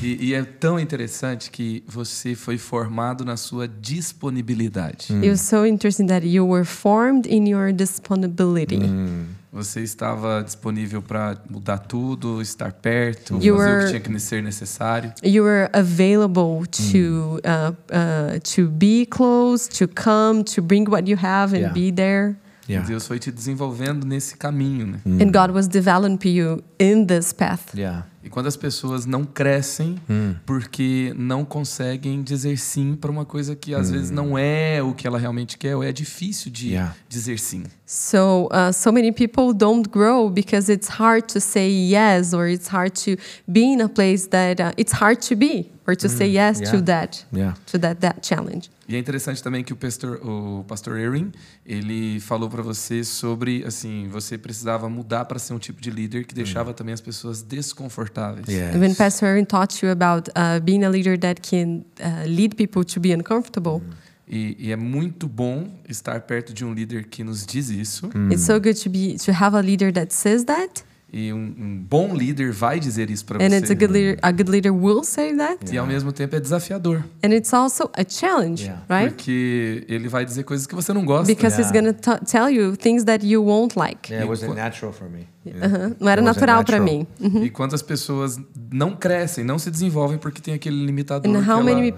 Speaker 2: E, e é tão interessante que você foi formado na sua disponibilidade.
Speaker 3: Hum. Mm.
Speaker 1: You're so interesting that you were formed in your disponibility.
Speaker 3: Mm.
Speaker 2: Você estava disponível para mudar tudo, estar perto,
Speaker 3: Hum.
Speaker 2: fazer
Speaker 1: You
Speaker 2: o
Speaker 1: were-
Speaker 2: que tinha que ser necessário.
Speaker 1: You were available
Speaker 3: Mm.
Speaker 1: to uh, uh, to be close, to come, to bring what you have and
Speaker 3: Yeah.
Speaker 1: be there.
Speaker 3: Yeah. Hum.
Speaker 2: Deus foi te desenvolvendo nesse caminho, né?
Speaker 1: And God was developing you in this path.
Speaker 3: Mm. Yeah.
Speaker 2: E quando as pessoas não crescem
Speaker 3: Hum.
Speaker 2: porque não conseguem dizer sim para uma coisa que
Speaker 3: Hum.
Speaker 2: às vezes não é o que ela realmente quer, ou é difícil de
Speaker 3: Yeah.
Speaker 2: dizer sim.
Speaker 1: So, uh, so many people don't grow because it's hard to say yes, or it's hard to be in a place that uh, it's hard to be, or to say yes to
Speaker 3: Mm. yeah.
Speaker 1: that,
Speaker 3: Yeah.
Speaker 1: to that that challenge.
Speaker 2: E é interessante também que o pastor, o pastor Erin, ele falou para você sobre, assim, você precisava mudar para ser um tipo de líder que deixava também as pessoas desconfortáveis.
Speaker 3: Yeah.
Speaker 1: And When Pastor Aaron taught you about uh, being a leader that can uh, lead people to be uncomfortable,
Speaker 2: E, e é muito bom estar perto de um líder que nos diz isso.
Speaker 3: Mm.
Speaker 1: it's so good to be to have a leader that says that,
Speaker 2: E um, um bom líder vai dizer isso para
Speaker 1: and it's
Speaker 2: você.
Speaker 1: a good leader. A good leader will say that,
Speaker 2: E ao mesmo tempo é desafiador,
Speaker 1: and it's also a challenge,
Speaker 3: Yeah.
Speaker 1: right?
Speaker 2: porque ele vai dizer coisas que você não gosta.
Speaker 1: Because he's
Speaker 3: Yeah.
Speaker 1: gonna t- tell you things that you won't like.
Speaker 3: Yeah, it wasn't natural for me.
Speaker 1: Uh-huh. Não era
Speaker 3: It wasn't
Speaker 1: natural para mim.
Speaker 2: E quantas pessoas não crescem, não se desenvolvem porque tem aquele limitador
Speaker 1: And
Speaker 2: que
Speaker 1: how
Speaker 2: ela
Speaker 1: many-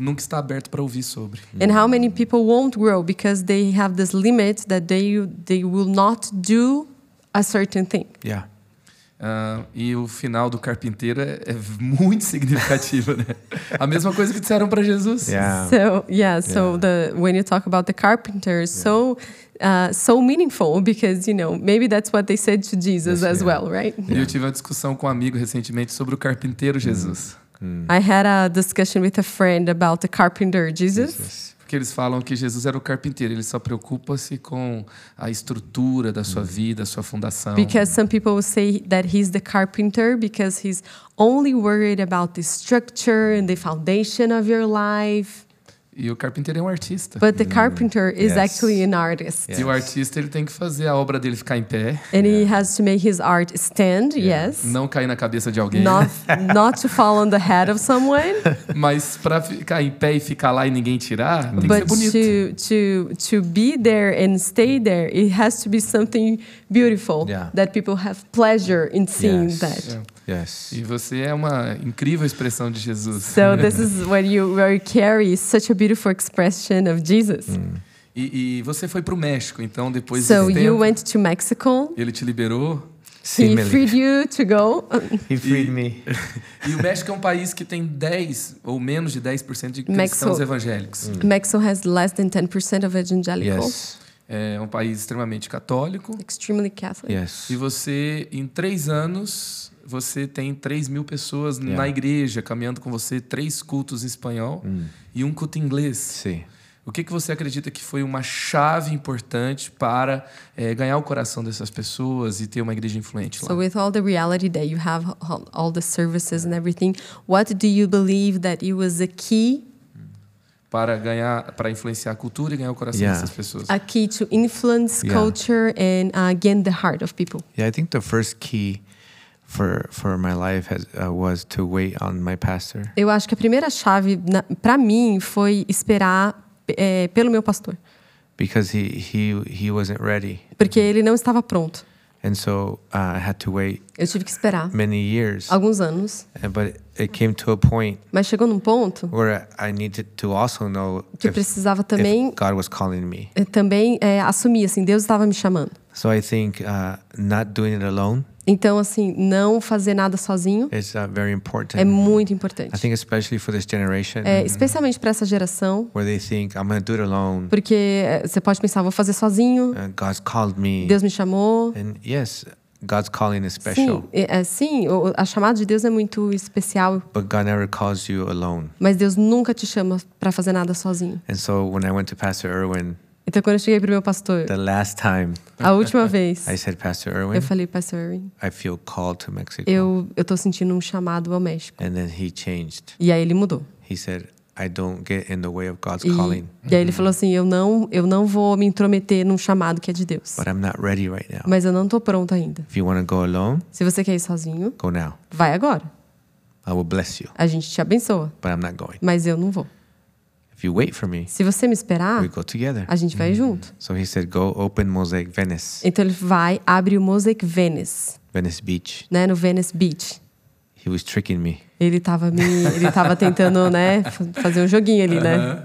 Speaker 2: nunca está aberto para ouvir sobre.
Speaker 1: And how many people won't grow because they have this limit that they they will not do a certain thing.
Speaker 3: Yeah.
Speaker 2: Ah, e o final do carpinteiro é, é muito significativo, né? A mesma coisa que disseram para Jesus.
Speaker 3: Yeah.
Speaker 1: So yeah, so
Speaker 3: Yeah.
Speaker 1: the when you talk about the carpenter, is so uh, so meaningful because you know maybe that's what they said to Jesus
Speaker 3: Yes,
Speaker 1: as
Speaker 3: yeah.
Speaker 1: well, right?
Speaker 2: E eu tive uma discussão com um amigo recentemente sobre o carpinteiro Jesus.
Speaker 3: Mm.
Speaker 1: I had a discussion with a friend about the carpenter Jesus.
Speaker 2: Porque eles falam que Jesus era o carpinteiro, ele só preocupa-se com a estrutura da sua vida, a sua
Speaker 3: Oh,
Speaker 2: fundação.
Speaker 1: Because some people will say that he's the carpenter because he's only worried about the structure and the foundation of your life.
Speaker 2: E o carpinteiro é um artista.
Speaker 1: But the carpenter is
Speaker 3: Mm. yes.
Speaker 1: actually an artist.
Speaker 2: E o artista ele tem que fazer a obra dele ficar em pé,
Speaker 1: And he has to make his art stand, yes.
Speaker 2: não cair na cabeça de alguém,
Speaker 1: Not not to fall on the head of someone,
Speaker 2: mas pra ficar em pé e ficar lá e ninguém tirar, tem que ser
Speaker 1: but
Speaker 2: bonito.
Speaker 1: to to to be there and stay there, it has to be something beautiful
Speaker 3: Yeah.
Speaker 1: that people have pleasure in seeing
Speaker 3: Yes.
Speaker 1: that.
Speaker 2: É.
Speaker 3: Yes.
Speaker 2: E você é uma incrível expressão de Jesus.
Speaker 1: So this is when you where you carry such a beautiful expression of Jesus.
Speaker 3: Mm.
Speaker 2: E, e você foi pro México, então depois
Speaker 1: So
Speaker 2: desse
Speaker 1: you
Speaker 2: tempo,
Speaker 1: went to Mexico.
Speaker 2: ele te liberou.
Speaker 1: He
Speaker 3: Simile.
Speaker 1: freed you to go.
Speaker 3: He freed me.
Speaker 2: E o México é um país que tem 10 ou menos de 10% de cristãos
Speaker 1: México. Hum.
Speaker 2: evangélicos.
Speaker 1: Mexico has less than 10% of evangelicals,
Speaker 3: Yes.
Speaker 2: É um país extremamente católico.
Speaker 1: extremely Catholic.
Speaker 3: Yes.
Speaker 2: E você, em três anos, você tem 3 mil pessoas na
Speaker 3: Yeah.
Speaker 2: igreja caminhando com você, três cultos em espanhol e um culto em inglês.
Speaker 3: See.
Speaker 2: O que, que você acredita que foi uma chave importante para eh, ganhar o coração dessas pessoas e ter uma igreja influente lá?
Speaker 1: So, with all the reality that you have, ho- all the services and everything, what do you believe that it was a key,
Speaker 2: para ganhar, para influenciar a cultura e ganhar o coração
Speaker 3: Yeah.
Speaker 2: dessas pessoas.
Speaker 1: a key to influence
Speaker 3: Yeah.
Speaker 1: culture and uh, gain the heart of people?
Speaker 3: Yeah, I think the first key for for my life has uh, was to wait on my pastor.
Speaker 1: Eu acho que a primeira chave para mim foi esperar eh, pelo meu pastor,
Speaker 3: because he he he wasn't ready,
Speaker 1: porque ele não estava pronto.
Speaker 3: and so uh, I had to wait
Speaker 1: Eu tive que esperar
Speaker 3: many years.
Speaker 1: alguns anos,
Speaker 3: And- But it came to a point
Speaker 1: mas chegou num ponto
Speaker 3: where I needed to also know
Speaker 1: que eu
Speaker 3: if-
Speaker 1: precisava
Speaker 3: if
Speaker 1: também
Speaker 3: God was calling me.
Speaker 1: eh, também eh, assumir assim, Deus estava me chamando.
Speaker 3: So I think uh, not doing it alone
Speaker 1: Então assim, não fazer nada sozinho
Speaker 3: is uh, very important.
Speaker 1: é muito
Speaker 3: I
Speaker 1: importante.
Speaker 3: think Mm-hmm. especially for this generation
Speaker 1: É, especialmente para essa geração,
Speaker 3: where they think I'm gonna do it alone.
Speaker 1: porque eh, você pode pensar, vou fazer sozinho,
Speaker 3: Uh, God's called me,
Speaker 1: Deus me chamou.
Speaker 3: and yes, God's calling is special,
Speaker 1: Sim, é, é, sim, o- a chamada de Deus é muito especial,
Speaker 3: but God never calls you alone.
Speaker 1: mas Deus nunca te chama para fazer nada sozinho.
Speaker 3: And so when I went to Pastor Irwin
Speaker 1: Então, quando eu cheguei pro meu pastor,
Speaker 3: the last time,
Speaker 1: a última vez,
Speaker 3: I said, Pastor Irwin,
Speaker 1: eu falei, pastor Irwin,
Speaker 3: I feel called to Mexico.
Speaker 1: eu, eu tô sentindo um chamado ao México.
Speaker 3: And then he changed.
Speaker 1: E aí ele mudou.
Speaker 3: He said, I don't get in the way of God's
Speaker 1: E,
Speaker 3: calling,
Speaker 1: e aí ele falou assim, eu não, eu não vou me intrometer num chamado que é de Deus,
Speaker 3: but I'm not ready right now.
Speaker 1: mas eu não tô pronto ainda.
Speaker 3: If you want to go alone,
Speaker 1: Se você quer ir sozinho,
Speaker 3: go now.
Speaker 1: vai agora.
Speaker 3: I will bless you,
Speaker 1: A gente te abençoa,
Speaker 3: but I'm not going.
Speaker 1: mas eu não vou.
Speaker 3: If you wait for me,
Speaker 1: Se você me
Speaker 3: we
Speaker 1: esperar,
Speaker 3: go together.
Speaker 1: a gente vai junto.
Speaker 3: So he said, Go open Mosaic Venice,
Speaker 1: Então ele vai, abre o Mosaic Venice,
Speaker 3: Venice Beach.
Speaker 1: né, no Venice Beach.
Speaker 3: He was tricking me.
Speaker 1: Ele tava me, ele tava tentando, né, fa- fazer um joguinho ali, né?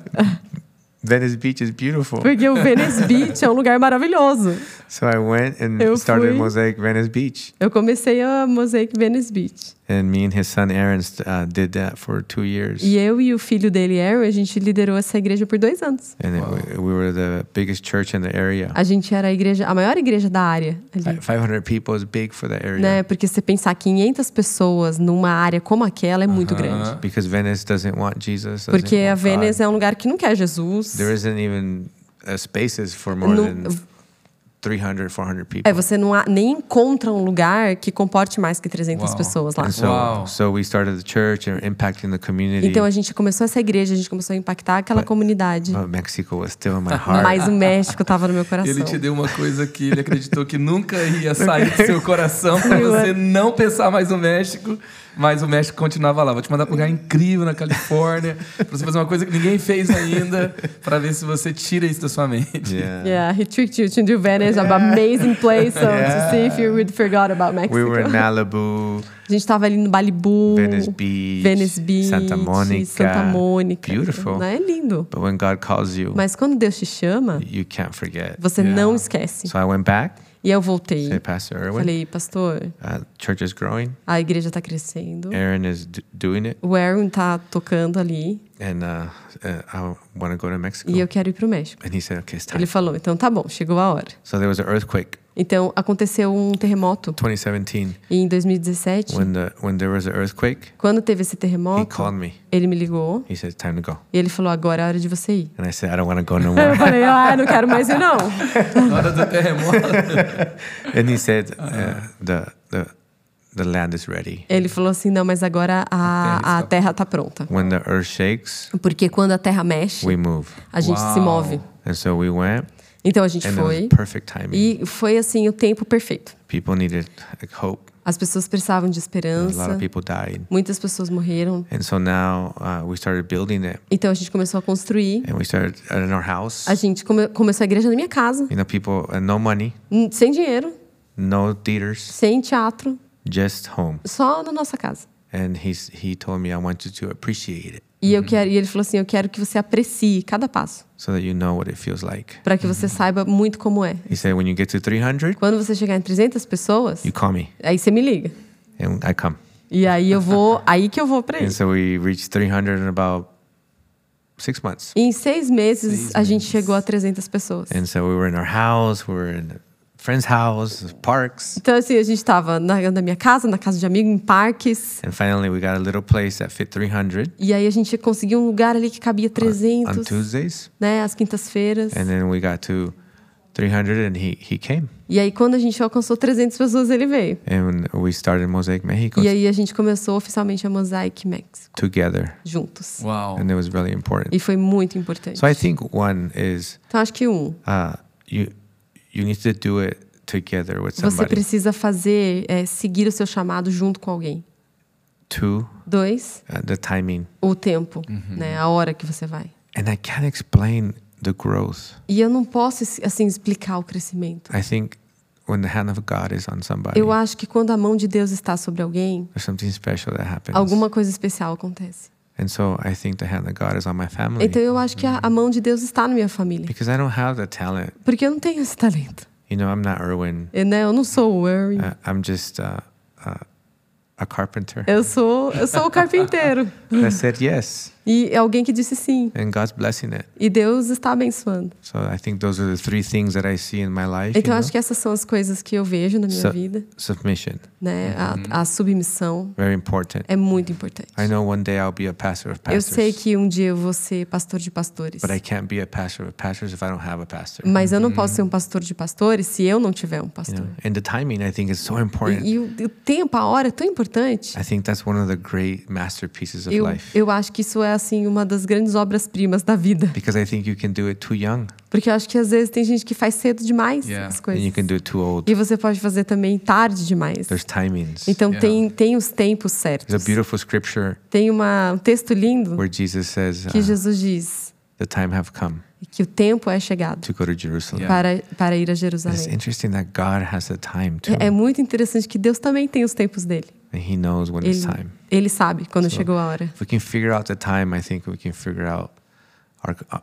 Speaker 3: Venice Beach is beautiful.
Speaker 1: Porque o Venice Beach é um lugar maravilhoso.
Speaker 3: So I went and
Speaker 1: Eu
Speaker 3: started
Speaker 1: fui.
Speaker 3: Mosaic Venice Beach.
Speaker 1: Eu comecei a Mosaic Venice Beach.
Speaker 3: And me and his son Aaron uh, did that for two years.
Speaker 1: E eu e o filho dele, Aaron, a gente liderou essa igreja por dois anos.
Speaker 3: And then we, we were the biggest church in the area.
Speaker 1: A gente era a igreja, a maior igreja da área
Speaker 2: É,
Speaker 1: ali.
Speaker 3: 500 people is big for the area.
Speaker 1: Né? Porque se você pensar 500 pessoas numa área como aquela é muito
Speaker 2: Aham.
Speaker 1: grande.
Speaker 3: because Venice doesn't want Jesus. doesn't
Speaker 1: Porque a
Speaker 3: want God.
Speaker 1: Vênice é um lugar que não quer Jesus.
Speaker 3: There isn't even uh, spaces for more
Speaker 1: No-
Speaker 3: than 300, 400 people.
Speaker 1: É, você não há- nem encontra um lugar que comporte mais que 300
Speaker 2: Uau.
Speaker 1: pessoas lá.
Speaker 3: And so,
Speaker 2: Wow.
Speaker 3: so we started the church and impacting the community.
Speaker 1: Então a gente começou essa igreja, a gente começou a impactar aquela
Speaker 3: But-
Speaker 1: comunidade.
Speaker 3: but Oh, Mexico was still in my heart.
Speaker 1: Mas o México tava no meu coração.
Speaker 2: Ele te deu uma coisa que ele acreditou que nunca ia sair do seu coração para você não pensar mais no México, mas o México continuava lá. Vou te mandar para um lugar incrível na Califórnia, para você fazer uma coisa que ninguém fez ainda, para ver se você tira isso da sua mente.
Speaker 3: yeah.
Speaker 1: Yeah, he tricked you to do Venice, an amazing place, so to
Speaker 3: Yeah.
Speaker 1: see if you would forgot about Mexico.
Speaker 3: We were in Malibu,
Speaker 1: A gente tava ali no Balibu,
Speaker 3: Venice Beach,
Speaker 1: Venice Beach,
Speaker 3: Santa Monica.
Speaker 1: Santa Mônica.
Speaker 3: Beautiful.
Speaker 1: Né? É lindo.
Speaker 3: But when God calls you,
Speaker 1: Mas quando Deus te chama,
Speaker 3: you can't forget.
Speaker 1: você
Speaker 2: Yeah.
Speaker 1: não esquece.
Speaker 3: So I went back,
Speaker 1: E eu voltei.
Speaker 3: said, Pastor Irwin,
Speaker 1: Falei, pastor,
Speaker 3: uh, church is growing.
Speaker 1: a igreja tá crescendo.
Speaker 3: Aaron is d- doing it.
Speaker 1: O Aaron tá tocando ali
Speaker 3: And uh, uh, I want to go to Mexico.
Speaker 1: e eu quero ir pro México.
Speaker 3: And he said, okay, it's time.
Speaker 1: Ele falou, então tá bom, chegou a hora.
Speaker 3: So there was an earthquake,
Speaker 1: Então aconteceu um terremoto
Speaker 3: 2017.
Speaker 1: em 2017.
Speaker 3: When the when there was an earthquake,
Speaker 1: Quando teve esse
Speaker 3: he
Speaker 1: terremoto,
Speaker 3: called me.
Speaker 1: ele me ligou
Speaker 3: He said, "Time to go."
Speaker 1: e ele falou, agora é a hora de você ir.
Speaker 3: And I said, "I don't want to go no
Speaker 1: Eu
Speaker 3: more."
Speaker 1: falei, ah, não quero mais ir não.
Speaker 2: Na hora do terremoto,
Speaker 3: and he said, uh, "The the the land is ready.
Speaker 1: Ele falou assim: não, mas agora a, a terra está pronta.
Speaker 3: When the earth shakes,
Speaker 1: Porque quando a terra mexe,
Speaker 3: we move.
Speaker 1: a gente se
Speaker 2: Uau.
Speaker 1: move.
Speaker 3: And so we went,
Speaker 1: Então a gente
Speaker 3: and it was
Speaker 1: foi.
Speaker 3: perfect timing.
Speaker 1: E foi assim o tempo perfeito.
Speaker 3: People needed like, hope.
Speaker 1: As pessoas precisavam de
Speaker 3: A lot
Speaker 1: esperança.
Speaker 3: of people died.
Speaker 1: Muitas pessoas morreram.
Speaker 3: And so now uh, we started building it,
Speaker 1: Então a gente começou a construir.
Speaker 3: and we started in our house.
Speaker 1: A gente come- começou a igreja na minha casa,
Speaker 3: You know, people uh, no money,
Speaker 1: n- sem dinheiro,
Speaker 3: no theaters,
Speaker 1: sem teatro,
Speaker 3: just home.
Speaker 1: só na nossa casa.
Speaker 3: And he's he told me I want you to appreciate it,
Speaker 1: E
Speaker 2: Uhum.
Speaker 1: eu quero, e ele falou assim: "Eu quero que você aprecie cada passo,
Speaker 3: so that you know what it feels like.
Speaker 1: para que
Speaker 2: Uhum.
Speaker 1: você saiba muito como é.
Speaker 3: He said, when you get to 300,
Speaker 1: Quando você chegar em 300 pessoas,
Speaker 3: you call me,
Speaker 1: aí você me liga.
Speaker 3: and I come.
Speaker 1: E aí eu vou, aí que eu vou para ele.
Speaker 3: And so we reached 300 in about six months.
Speaker 1: E em seis meses
Speaker 2: Seis
Speaker 1: a gente
Speaker 2: meses.
Speaker 1: chegou a 300 pessoas.
Speaker 3: And so we were in our house, we were in a friend's house, parks,
Speaker 1: Então assim a gente estava na, na minha casa, na casa de amigo, em parques.
Speaker 3: and finally we got a little place that fit 300
Speaker 1: E aí a gente conseguiu um lugar ali que cabia
Speaker 3: on
Speaker 1: 300,
Speaker 3: Tuesdays.
Speaker 1: né, às quintas-feiras.
Speaker 2: É.
Speaker 3: And then we got to 300 and he, he came.
Speaker 1: E aí quando a gente alcançou 300 pessoas, ele veio.
Speaker 3: And we started Mosaic Mexico
Speaker 2: assim.
Speaker 1: E aí a gente começou oficialmente a Mosaic Max
Speaker 3: together.
Speaker 1: juntos.
Speaker 2: Uau.
Speaker 3: And it was really important.
Speaker 1: E foi muito importante.
Speaker 3: So I think one is
Speaker 1: Então acho que um,
Speaker 3: uh, you you need to do it together with
Speaker 1: você
Speaker 3: somebody.
Speaker 1: precisa fazer, é, seguir o seu chamado junto com alguém.
Speaker 3: Two,
Speaker 1: Dois,
Speaker 3: uh, the timing.
Speaker 1: o tempo, né, a hora que você vai.
Speaker 3: And I can't explain the growth.
Speaker 1: E eu não posso assim explicar o crescimento.
Speaker 3: I think when the hand of God is on somebody,
Speaker 1: Eu acho que quando a mão de Deus está sobre alguém,
Speaker 3: there's something special that happens.
Speaker 1: alguma coisa especial acontece.
Speaker 3: And so I think the hand of God is on my family
Speaker 1: Então eu acho que a, a mão de Deus está na minha família,
Speaker 3: because I don't have the talent.
Speaker 1: porque eu não tenho esse talento.
Speaker 3: You know, I'm not Erwin.
Speaker 1: Eu, né, eu não sou o Erwin.
Speaker 3: Uh, I'm just uh, uh, a carpenter.
Speaker 1: Eu sou, eu sou o carpinteiro.
Speaker 3: I said yes,
Speaker 1: E é alguém que disse sim.
Speaker 3: and God's blessing it.
Speaker 1: E Deus está abençoando.
Speaker 3: So I think those are the three things that I see in my life. you
Speaker 1: Então,
Speaker 3: know?
Speaker 1: acho que essas são as coisas que eu vejo na minha
Speaker 3: So-
Speaker 1: vida.
Speaker 3: Submission,
Speaker 1: Né? A, a submissão
Speaker 3: very important.
Speaker 1: é muito importante.
Speaker 3: Uhum. I know one day I'll be a pastor of
Speaker 1: Eu
Speaker 3: pastors,
Speaker 1: sei que um dia eu vou ser pastor de pastores.
Speaker 3: but I Uhum. can't be a pastor of pastors if I don't have a pastor.
Speaker 1: Mas eu não posso ser um pastor de pastores se eu não tiver um
Speaker 3: you know?
Speaker 1: pastor.
Speaker 3: And the timing, I think, is so
Speaker 1: E,
Speaker 3: important.
Speaker 1: e o, o tempo, a hora é tão importante.
Speaker 3: I think that's one of the great masterpieces of
Speaker 1: Eu,
Speaker 3: life
Speaker 1: eu acho que isso é assim uma das grandes obras-primas da vida.
Speaker 3: because I think you can do it too young
Speaker 1: Porque eu acho que às vezes tem gente que faz cedo demais
Speaker 2: Yeah.
Speaker 1: as
Speaker 3: and
Speaker 1: coisas.
Speaker 3: you can do it too old.
Speaker 1: E você pode fazer também tarde demais.
Speaker 3: There's timings.
Speaker 1: Então
Speaker 2: Yeah.
Speaker 1: tem, tem os tempos
Speaker 3: There's
Speaker 1: certos.
Speaker 3: a beautiful scripture
Speaker 1: Tem uma, um texto lindo
Speaker 3: where Jesus says,
Speaker 1: que
Speaker 3: uh,
Speaker 1: Jesus diz
Speaker 3: "The time have come
Speaker 1: que o tempo é chegado
Speaker 3: to go to Jerusalem."
Speaker 2: Yeah.
Speaker 1: para, para ir a
Speaker 3: It's
Speaker 1: Jerusalém.
Speaker 3: interesting that God has a time too,
Speaker 1: É, é muito interessante que Deus também tem os tempos dele.
Speaker 3: and He knows when
Speaker 1: Ele,
Speaker 3: it's time.
Speaker 1: ele sabe quando
Speaker 3: So-
Speaker 1: chegou a hora.
Speaker 3: If we can figure out the time, I think we can figure out our uh,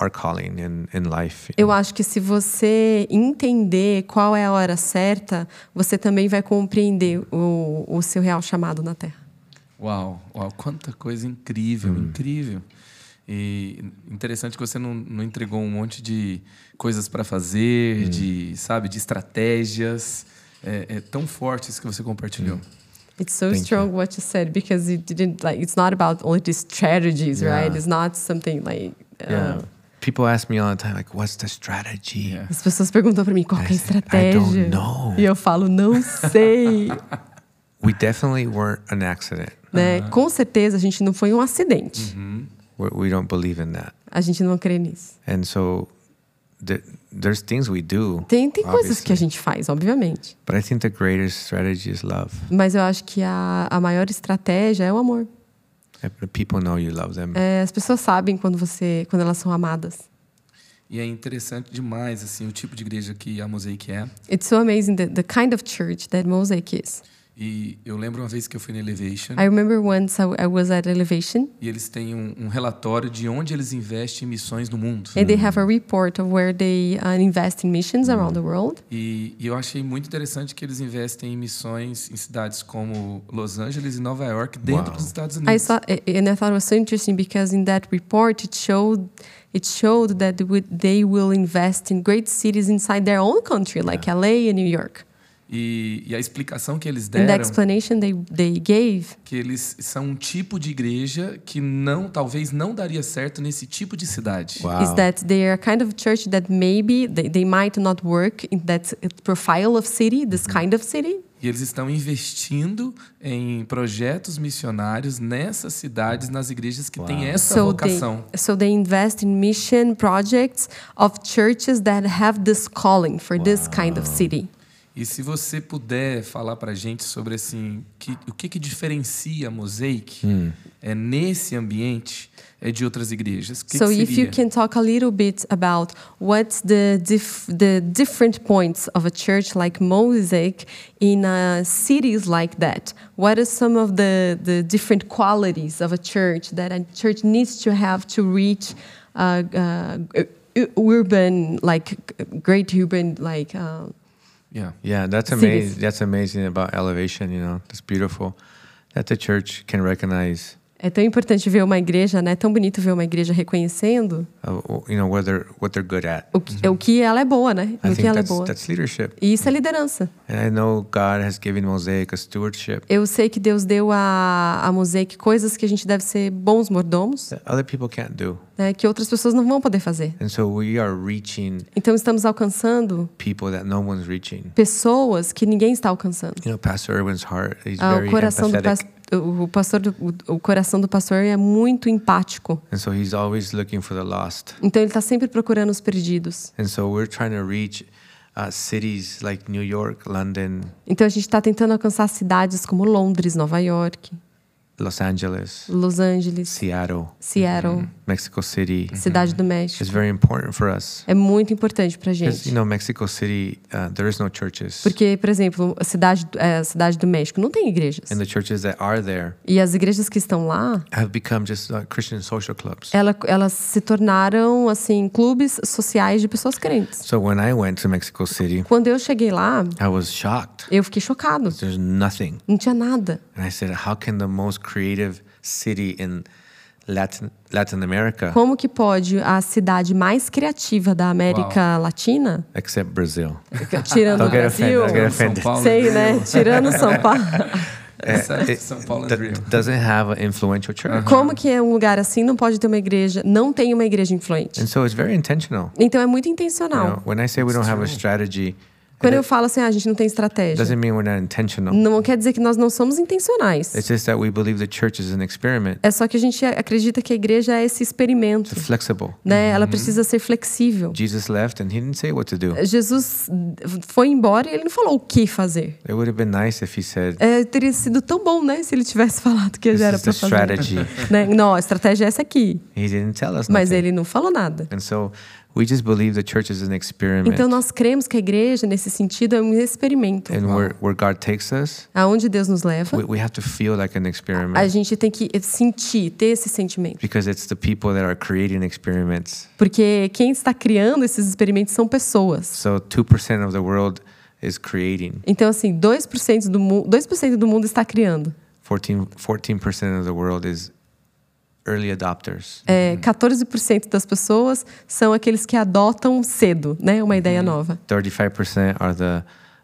Speaker 3: our calling in in life. you
Speaker 1: Eu
Speaker 3: know.
Speaker 1: acho que se você entender qual é a hora certa, você também vai compreender o, o seu real chamado na Terra.
Speaker 2: Uau, uau, quanta coisa incrível, incrível. E interessante que você não, não entregou um monte de coisas para fazer, de, sabe, de estratégias. É, é tão forte isso que você compartilhou.
Speaker 1: It's so
Speaker 3: Thank you.
Speaker 1: strong what you said because it didn't like it's not about all these strategies,
Speaker 3: Yeah.
Speaker 1: right? It's not something like uh,
Speaker 3: yeah. People ask me all the time, like, "What's the strategy?"
Speaker 2: Yeah.
Speaker 1: As pessoas perguntam pra mim qual que é a
Speaker 3: I said, "I
Speaker 1: estratégia.
Speaker 3: don't know."
Speaker 1: E eu falo, não sei.
Speaker 3: We definitely weren't an accident.
Speaker 1: né? Com certeza a gente não foi um
Speaker 3: Uhum.
Speaker 1: acidente.
Speaker 2: Hum.
Speaker 3: We're, we don't believe in that,
Speaker 1: A gente não crê nisso.
Speaker 3: and so the, there's things we do.
Speaker 1: Tem, tem coisas que a
Speaker 3: obviously,
Speaker 1: gente faz, obviamente.
Speaker 3: But I think the greatest strategy is love.
Speaker 1: Mas eu acho que a, a maior estratégia é o amor.
Speaker 3: If The people know you love them.
Speaker 1: É, as pessoas sabem quando você quando elas são amadas.
Speaker 2: E é interessante demais assim o tipo de igreja que a Mosaic é.
Speaker 1: It's so amazing the, the kind of church that Mosaic is.
Speaker 2: E eu lembro uma vez que eu fui na Elevation
Speaker 1: I remember once I, I was at Elevation
Speaker 2: e eles têm um, um relatório de onde eles investem em missões no mundo.
Speaker 1: and they have a report of where they uh, invest in missions around the world.
Speaker 2: E, e eu achei muito interessante que eles investem em missões em cidades como Los Angeles e Nova York dentro
Speaker 3: Uau.
Speaker 2: dos Estados
Speaker 1: I
Speaker 2: Unidos.
Speaker 1: saw, and I thought it was so interesting because in that report it showed it showed that they would- they will invest in great cities inside their own country, like LA and New York.
Speaker 2: E, e a explicação que eles
Speaker 1: And the
Speaker 2: deram
Speaker 1: explanation they they gave
Speaker 2: que eles são um tipo de igreja que não talvez não daria certo nesse tipo de cidade.
Speaker 1: is that they are a kind of church that maybe they, they might not work in that profile of city, this kind of city,
Speaker 2: E eles estão investindo em projetos missionários nessas cidades, nas igrejas que têm essa
Speaker 1: so they,
Speaker 2: vocação.
Speaker 1: so they invest in mission projects of churches that have this calling for this kind of city.
Speaker 2: E se você puder falar pra gente sobre assim, que- o que, que diferencia a Mosaic
Speaker 3: Hum.
Speaker 2: é nesse ambiente é de outras igrejas? O que
Speaker 1: so
Speaker 2: que
Speaker 1: if you
Speaker 2: seria?
Speaker 1: can talk a little bit about what's the dif- the different points of a church like Mosaic in uh, cities like that, what are some of the the different qualities of a church that a church needs to have to reach uh, uh, u- urban like uh, great urban like. Uh,
Speaker 2: Yeah.
Speaker 3: Yeah, that's
Speaker 1: Cities.
Speaker 3: amazing. That's amazing about elevation. You know, that's beautiful. That the church can recognize,
Speaker 1: é tão importante ver uma igreja, né? É tão bonito ver uma igreja reconhecendo
Speaker 3: uh, you know, where they're, what they're good at.
Speaker 1: o que, o que ela é boa, né?
Speaker 3: I
Speaker 1: No que
Speaker 3: think
Speaker 1: ela é
Speaker 3: that's,
Speaker 1: boa.
Speaker 3: that's leadership.
Speaker 1: E isso é liderança.
Speaker 3: And I know God has given Mosaic a stewardship.
Speaker 1: Eu sei que Deus deu a, a Mosaic coisas que a gente deve ser bons mordomos,
Speaker 3: that other people can't do.
Speaker 1: né, que outras pessoas não vão poder fazer.
Speaker 3: And so we are reaching
Speaker 1: Então estamos alcançando
Speaker 3: people that no one's reaching.
Speaker 1: pessoas que ninguém está alcançando.
Speaker 3: You know, Pastor Irwin's heart, he's
Speaker 1: Ah,
Speaker 3: very
Speaker 1: o coração do
Speaker 3: empathetic.
Speaker 1: pas- o pastor do- o coração do pastor é muito empático.
Speaker 3: and so he's always looking for the lost.
Speaker 1: Então ele está sempre procurando os perdidos.
Speaker 3: And so we're trying to reach uh, cities like New York, London,
Speaker 1: Então a gente está tentando alcançar cidades como Londres, Nova York,
Speaker 3: Los Angeles,
Speaker 1: Los Angeles,
Speaker 3: Seattle,
Speaker 1: Seattle,
Speaker 3: Mexico City.
Speaker 1: cidade do
Speaker 3: It's
Speaker 1: México.
Speaker 3: very important for us.
Speaker 1: É muito importante para
Speaker 3: Because,
Speaker 1: gente.
Speaker 3: you know, Mexico City, uh, there is no churches.
Speaker 1: Porque, por exemplo, a cidade, eh, a cidade do México não tem igrejas.
Speaker 3: And the churches that are there
Speaker 1: E as igrejas que estão lá,
Speaker 3: have become just uh, Christian social clubs.
Speaker 1: ela, elas se tornaram assim clubes sociais de pessoas crentes.
Speaker 3: So when I went to Mexico City,
Speaker 1: Quando eu cheguei lá,
Speaker 3: I was shocked.
Speaker 1: eu fiquei chocado.
Speaker 3: There's nothing.
Speaker 1: Não tinha nada.
Speaker 3: And I said, how can the most creative city in Latin, Latin America,
Speaker 1: Como que pode a cidade mais criativa da América Latina,
Speaker 3: except Brazil?
Speaker 1: tirando o
Speaker 3: Don't get offended.
Speaker 1: Brasil,
Speaker 3: Don't get
Speaker 2: São
Speaker 3: offended.
Speaker 2: Paulo
Speaker 1: sei,
Speaker 2: Drill.
Speaker 1: né, tirando São Paulo,
Speaker 2: Except
Speaker 3: It
Speaker 2: São Paulo
Speaker 3: d-
Speaker 2: Drill.
Speaker 3: doesn't have an influential church.
Speaker 1: como que é um lugar assim não pode ter uma igreja, não tem uma igreja influente?
Speaker 3: And so it's very intentional.
Speaker 1: Então é muito
Speaker 3: You
Speaker 1: intencional.
Speaker 3: know, when I say we don't have a strategy,
Speaker 1: Quando eu falo assim, ah, a gente não tem
Speaker 3: it
Speaker 1: estratégia,
Speaker 3: doesn't mean we're not intentional.
Speaker 1: não quer dizer que nós não somos intencionais.
Speaker 3: It's just that we believe the church is an experiment,
Speaker 1: É só que a gente acredita que a igreja é esse experimento,
Speaker 3: it's flexible.
Speaker 1: né? Ela precisa ser flexível.
Speaker 3: Jesus left and he didn't say what to do.
Speaker 1: Jesus foi embora e ele não falou o que fazer.
Speaker 3: It would have been nice if he said,
Speaker 1: É, teria sido tão bom, né, se ele tivesse falado o que
Speaker 3: This
Speaker 1: já era
Speaker 3: is the
Speaker 1: para fazer.
Speaker 3: strategy.
Speaker 1: Né? Não, a estratégia é essa aqui,
Speaker 3: He didn't tell us
Speaker 1: mas
Speaker 3: nothing.
Speaker 1: ele não falou nada.
Speaker 3: And so we just believe the church is an experiment.
Speaker 1: Então nós cremos que a igreja, nesse sentido, é um experimento.
Speaker 3: And where, where God takes us,
Speaker 1: Aonde Deus nos
Speaker 3: we,
Speaker 1: leva,
Speaker 3: we have to feel like an
Speaker 1: a
Speaker 3: experiment
Speaker 1: gente tem que sentir, ter esse sentimento.
Speaker 3: because it's the people that are creating experiments.
Speaker 1: Porque quem está criando esses experimentos são pessoas.
Speaker 3: So 2% of the world is creating,
Speaker 1: Então, assim, 2% do, mu 2 do mundo está criando.
Speaker 3: 14, 14% of the world is early adopters.
Speaker 1: É, 14% das pessoas são aqueles que adotam cedo, né, uma ideia nova.
Speaker 3: 35% are the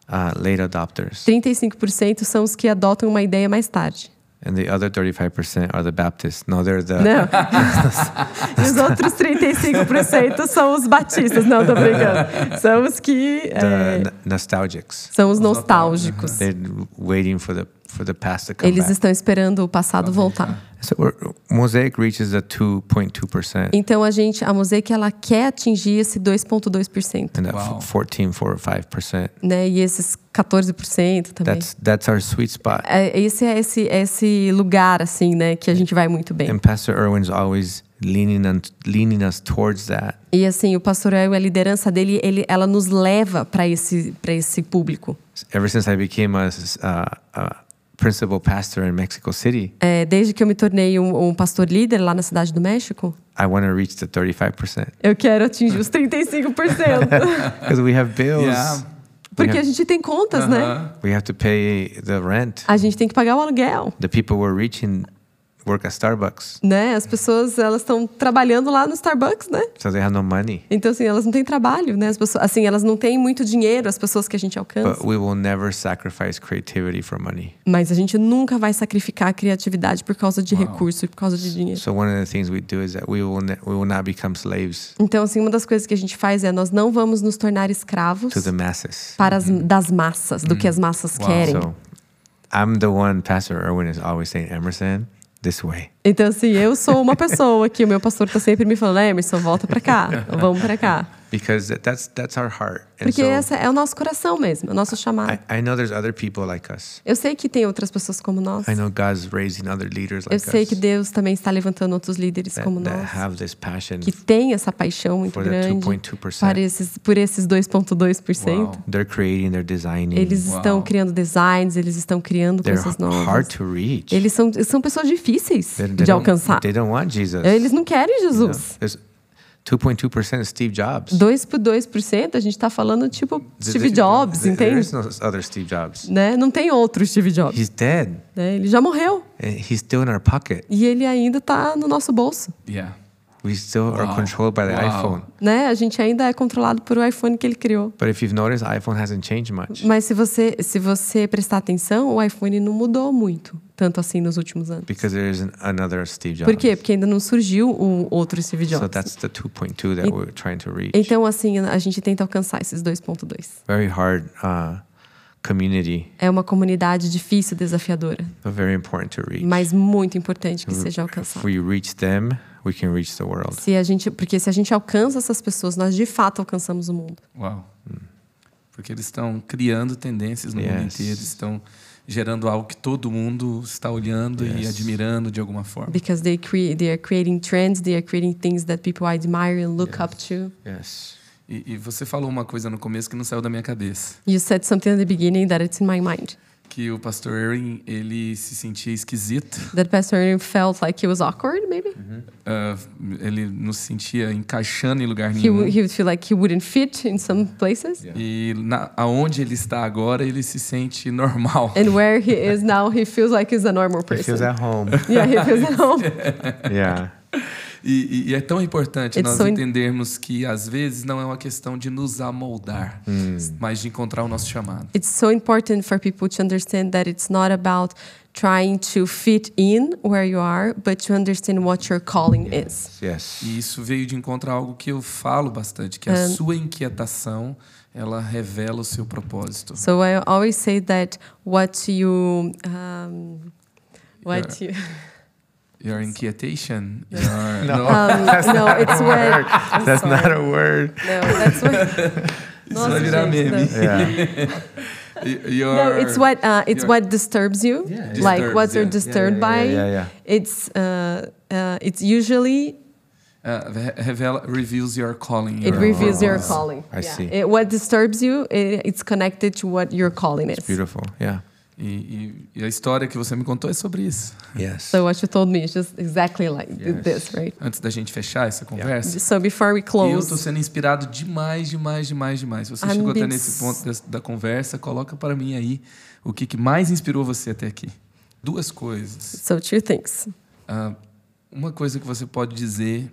Speaker 3: uh, late adopters.
Speaker 1: 35% são os que adotam uma ideia mais tarde.
Speaker 3: And the other 35% are the Baptists. No, they're
Speaker 1: É.
Speaker 3: the.
Speaker 1: Não. né? e os outros 35% são os batistas, não tô brincando. São os que é,
Speaker 3: the n- nostalgics.
Speaker 1: são os nostálgicos.
Speaker 3: They're waiting for the for the past to come
Speaker 1: Eles
Speaker 3: back.
Speaker 1: estão esperando o passado voltar.
Speaker 3: So we're, Mosaic reaches the 2.2 percent,
Speaker 1: Então a gente, a Mosaic ela quer atingir esse 2.2%,
Speaker 3: and that
Speaker 2: Wow.
Speaker 3: 14, 4 or 5 percent.
Speaker 1: né? E esses 14% também.
Speaker 3: That's that's our sweet spot.
Speaker 1: É, esse é esse, é esse lugar assim, né, que a gente vai muito bem.
Speaker 3: And Pastor Irwin's always leaning on, leaning us towards that.
Speaker 1: E assim, o pastor Elwin, a liderança dele, ele, ela nos leva para esse, pra esse público.
Speaker 3: Ever since I became a, s- uh, a principal pastor in Mexico City,
Speaker 1: É, desde que eu me tornei um, um pastor líder lá na Cidade do México,
Speaker 3: I want to reach the 35 percent
Speaker 1: eu quero atingir os 35%.
Speaker 3: because we have bills.
Speaker 2: Yeah.
Speaker 1: porque a gente tem contas, né?
Speaker 3: We have to pay the rent.
Speaker 1: A gente tem que pagar o aluguel.
Speaker 3: The people we're reaching, work at Starbucks,
Speaker 1: né? As pessoas elas estão trabalhando lá no Starbucks, né?
Speaker 3: so they have no money.
Speaker 1: Então assim, elas não têm trabalho, né? As pessoas, assim, elas não têm muito dinheiro, as pessoas que a gente alcança.
Speaker 3: But we will never sacrifice creativity for money.
Speaker 1: Mas a gente nunca vai sacrificar a criatividade por causa de recurso e por causa de dinheiro.
Speaker 3: So one of the things we do is that we will ne- we will not become slaves
Speaker 1: Então assim, uma das coisas que a gente faz é nós não vamos nos tornar escravos
Speaker 3: to the Uhum. masses.
Speaker 1: para as, das massas, do que as massas
Speaker 2: Uau.
Speaker 1: querem.
Speaker 3: So I'm the one Pastor Irwin is always saying, Emerson, this way.
Speaker 1: Então, assim, eu sou uma pessoa que o meu pastor tá sempre me falando, Emerson, volta pra cá, vamos pra cá.
Speaker 3: Because that, that's that's our heart. And
Speaker 1: Porque
Speaker 3: so
Speaker 1: essa é o nosso coração mesmo, é o nosso chamado.
Speaker 3: I, I know there's other people like us.
Speaker 1: Eu sei que tem outras pessoas como nós.
Speaker 3: I know God's raising other leaders like
Speaker 1: Eu sei
Speaker 3: us
Speaker 1: que Deus também está levantando outros líderes
Speaker 3: that,
Speaker 1: como
Speaker 3: that
Speaker 1: nós,
Speaker 3: have this passion.
Speaker 1: que têm essa paixão muito
Speaker 3: for the
Speaker 1: grande
Speaker 3: 2.2%.
Speaker 1: para esses, por esses 2,2%.
Speaker 2: Uau.
Speaker 3: They're creating, they're designing.
Speaker 1: Eles
Speaker 2: Uau.
Speaker 1: estão criando designs, eles estão criando
Speaker 3: they're
Speaker 1: coisas novas.
Speaker 3: hard to reach.
Speaker 1: Eles são, são pessoas difíceis
Speaker 3: They- they
Speaker 1: de
Speaker 3: don't-
Speaker 1: alcançar. É,
Speaker 3: They don't want Jesus.
Speaker 1: Eles não querem
Speaker 3: you know?
Speaker 1: Jesus.
Speaker 3: There's 2.2% is Steve Jobs.
Speaker 1: 2 por 2%, a gente está falando tipo
Speaker 3: Th-
Speaker 1: Steve
Speaker 3: th-
Speaker 1: Jobs,
Speaker 3: th- There
Speaker 1: entende?
Speaker 3: is no other Steve Jobs.
Speaker 1: Né? Não tem outro Steve Jobs.
Speaker 3: He's dead.
Speaker 1: né? Ele já morreu
Speaker 3: And he's still in our pocket.
Speaker 1: e ele ainda está no nosso bolso.
Speaker 2: Yeah.
Speaker 3: We still
Speaker 2: Wow.
Speaker 3: are controlled by the
Speaker 2: Wow.
Speaker 3: iPhone.
Speaker 1: Né? A gente ainda é controlado por o iPhone que ele criou.
Speaker 3: But if you've noticed, iPhone hasn't changed much.
Speaker 1: Mas se você, se você prestar atenção, o iPhone não mudou muito, tanto assim nos últimos anos.
Speaker 3: Because there isn't another Steve Jobs.
Speaker 1: Por quê? Porque ainda não surgiu o outro Steve
Speaker 3: So
Speaker 1: Jobs.
Speaker 3: that's the 2.2 that we're trying to reach.
Speaker 1: Então, assim, a gente tenta alcançar esses 2,2.
Speaker 3: Very hard uh, community,
Speaker 1: É uma comunidade difícil, desafiadora,
Speaker 3: but very important to reach.
Speaker 1: mas muito importante que seja
Speaker 3: If
Speaker 1: alcançada.
Speaker 3: we reach them, we can reach the world.
Speaker 1: Se a gente, porque se a gente alcança essas pessoas, nós de fato alcançamos o mundo.
Speaker 3: Tá
Speaker 2: Uau. Porque eles estão criando tendências no mundo
Speaker 3: Hum. Yes.
Speaker 2: inteiro, estão gerando algo que todo mundo está olhando e
Speaker 3: Yes.
Speaker 2: admirando de alguma forma.
Speaker 1: Because they cre they are creating trends, they are creating things that people admire and look up to.
Speaker 3: Yes.
Speaker 2: E, e você falou uma coisa no começo que não saiu da minha cabeça,
Speaker 1: You said something in the beginning that it's in my mind.
Speaker 2: que o pastor Erin, ele se sentia esquisito,
Speaker 1: That Pastor Aaron felt like he was awkward, maybe.
Speaker 2: ah, ele não se sentia encaixando em lugar
Speaker 1: He
Speaker 2: nenhum.
Speaker 3: Mm-hmm.
Speaker 1: would he would feel like he wouldn't fit in some places.
Speaker 2: E na, aonde ele está agora, ele se sente normal.
Speaker 1: And where he is now, he feels like he's a normal person.
Speaker 3: It feels at home.
Speaker 1: Yeah, he feels at home.
Speaker 3: yeah.
Speaker 2: E, e- e é tão importante
Speaker 1: It's
Speaker 2: nós
Speaker 1: so in-
Speaker 2: entendermos que às vezes não é uma questão de nos amoldar, mas de encontrar o nosso chamado.
Speaker 1: It's so important for people to understand that it's not about trying to fit in where you are, but to understand what your calling is.
Speaker 3: Yes.
Speaker 2: E isso veio de encontrar algo que eu falo bastante, que a
Speaker 1: And-
Speaker 2: sua inquietação, ela revela o seu propósito.
Speaker 1: So I always say that what you um, what you
Speaker 2: Your inquietation, your...
Speaker 3: Oh,
Speaker 2: Não,
Speaker 1: um, no it's when I'm
Speaker 3: That's
Speaker 1: sorry.
Speaker 3: not a word.
Speaker 1: no that's what
Speaker 2: isso vai virar
Speaker 1: gente,
Speaker 2: meme.
Speaker 1: não.
Speaker 3: Yeah.
Speaker 2: Your...
Speaker 1: no it's what uh, it's
Speaker 2: your-
Speaker 1: what disturbs you
Speaker 2: Yeah,
Speaker 1: like
Speaker 2: disturbs,
Speaker 1: what
Speaker 2: yeah. Yeah,
Speaker 1: you're
Speaker 2: yeah,
Speaker 1: disturbed by
Speaker 3: yeah, yeah, yeah.
Speaker 1: it's uh, uh, it's usually
Speaker 2: Ah, re- revela, reveals your calling.
Speaker 1: it
Speaker 2: your
Speaker 1: reveals your
Speaker 2: purpose.
Speaker 1: calling
Speaker 3: Ah, I see.
Speaker 1: It- what disturbs you it, it's connected to what your calling is
Speaker 3: Beautiful. Yeah.
Speaker 2: E, e- e a história que você me contou é sobre isso.
Speaker 3: Yes.
Speaker 1: so uh, what you told me is just exactly like
Speaker 3: Yes.
Speaker 1: this right
Speaker 2: Antes da gente fechar essa conversa,
Speaker 1: so before we
Speaker 2: E eu
Speaker 1: close
Speaker 2: tô sendo inspirado demais, demais, demais, demais. Se você
Speaker 1: I'm
Speaker 2: chegou até
Speaker 1: being
Speaker 2: nesse
Speaker 1: s-
Speaker 2: ponto des- da, conversa, coloca para mim aí o que, que mais inspirou você até aqui. Duas coisas.
Speaker 1: so two things
Speaker 2: Ah, uma coisa que você pode dizer,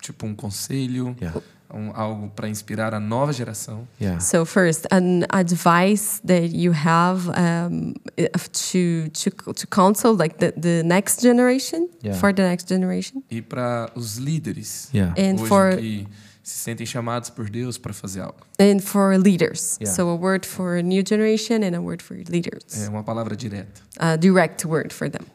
Speaker 2: tipo um conselho,
Speaker 3: Mm, Yeah.
Speaker 2: um- algo para inspirar a nova geração.
Speaker 3: Yeah.
Speaker 1: So first, an advice that you have um, if to to to counsel like the, the next generation
Speaker 3: Yeah.
Speaker 1: for the next generation
Speaker 2: E para os líderes
Speaker 3: Yeah.
Speaker 1: and
Speaker 2: hoje
Speaker 1: for
Speaker 2: que se sentem chamados por Deus para fazer algo.
Speaker 1: and for leaders.
Speaker 3: Yeah.
Speaker 1: So a word for a new generation and a word for leaders.
Speaker 2: É uma palavra direta.
Speaker 1: A direct word for them.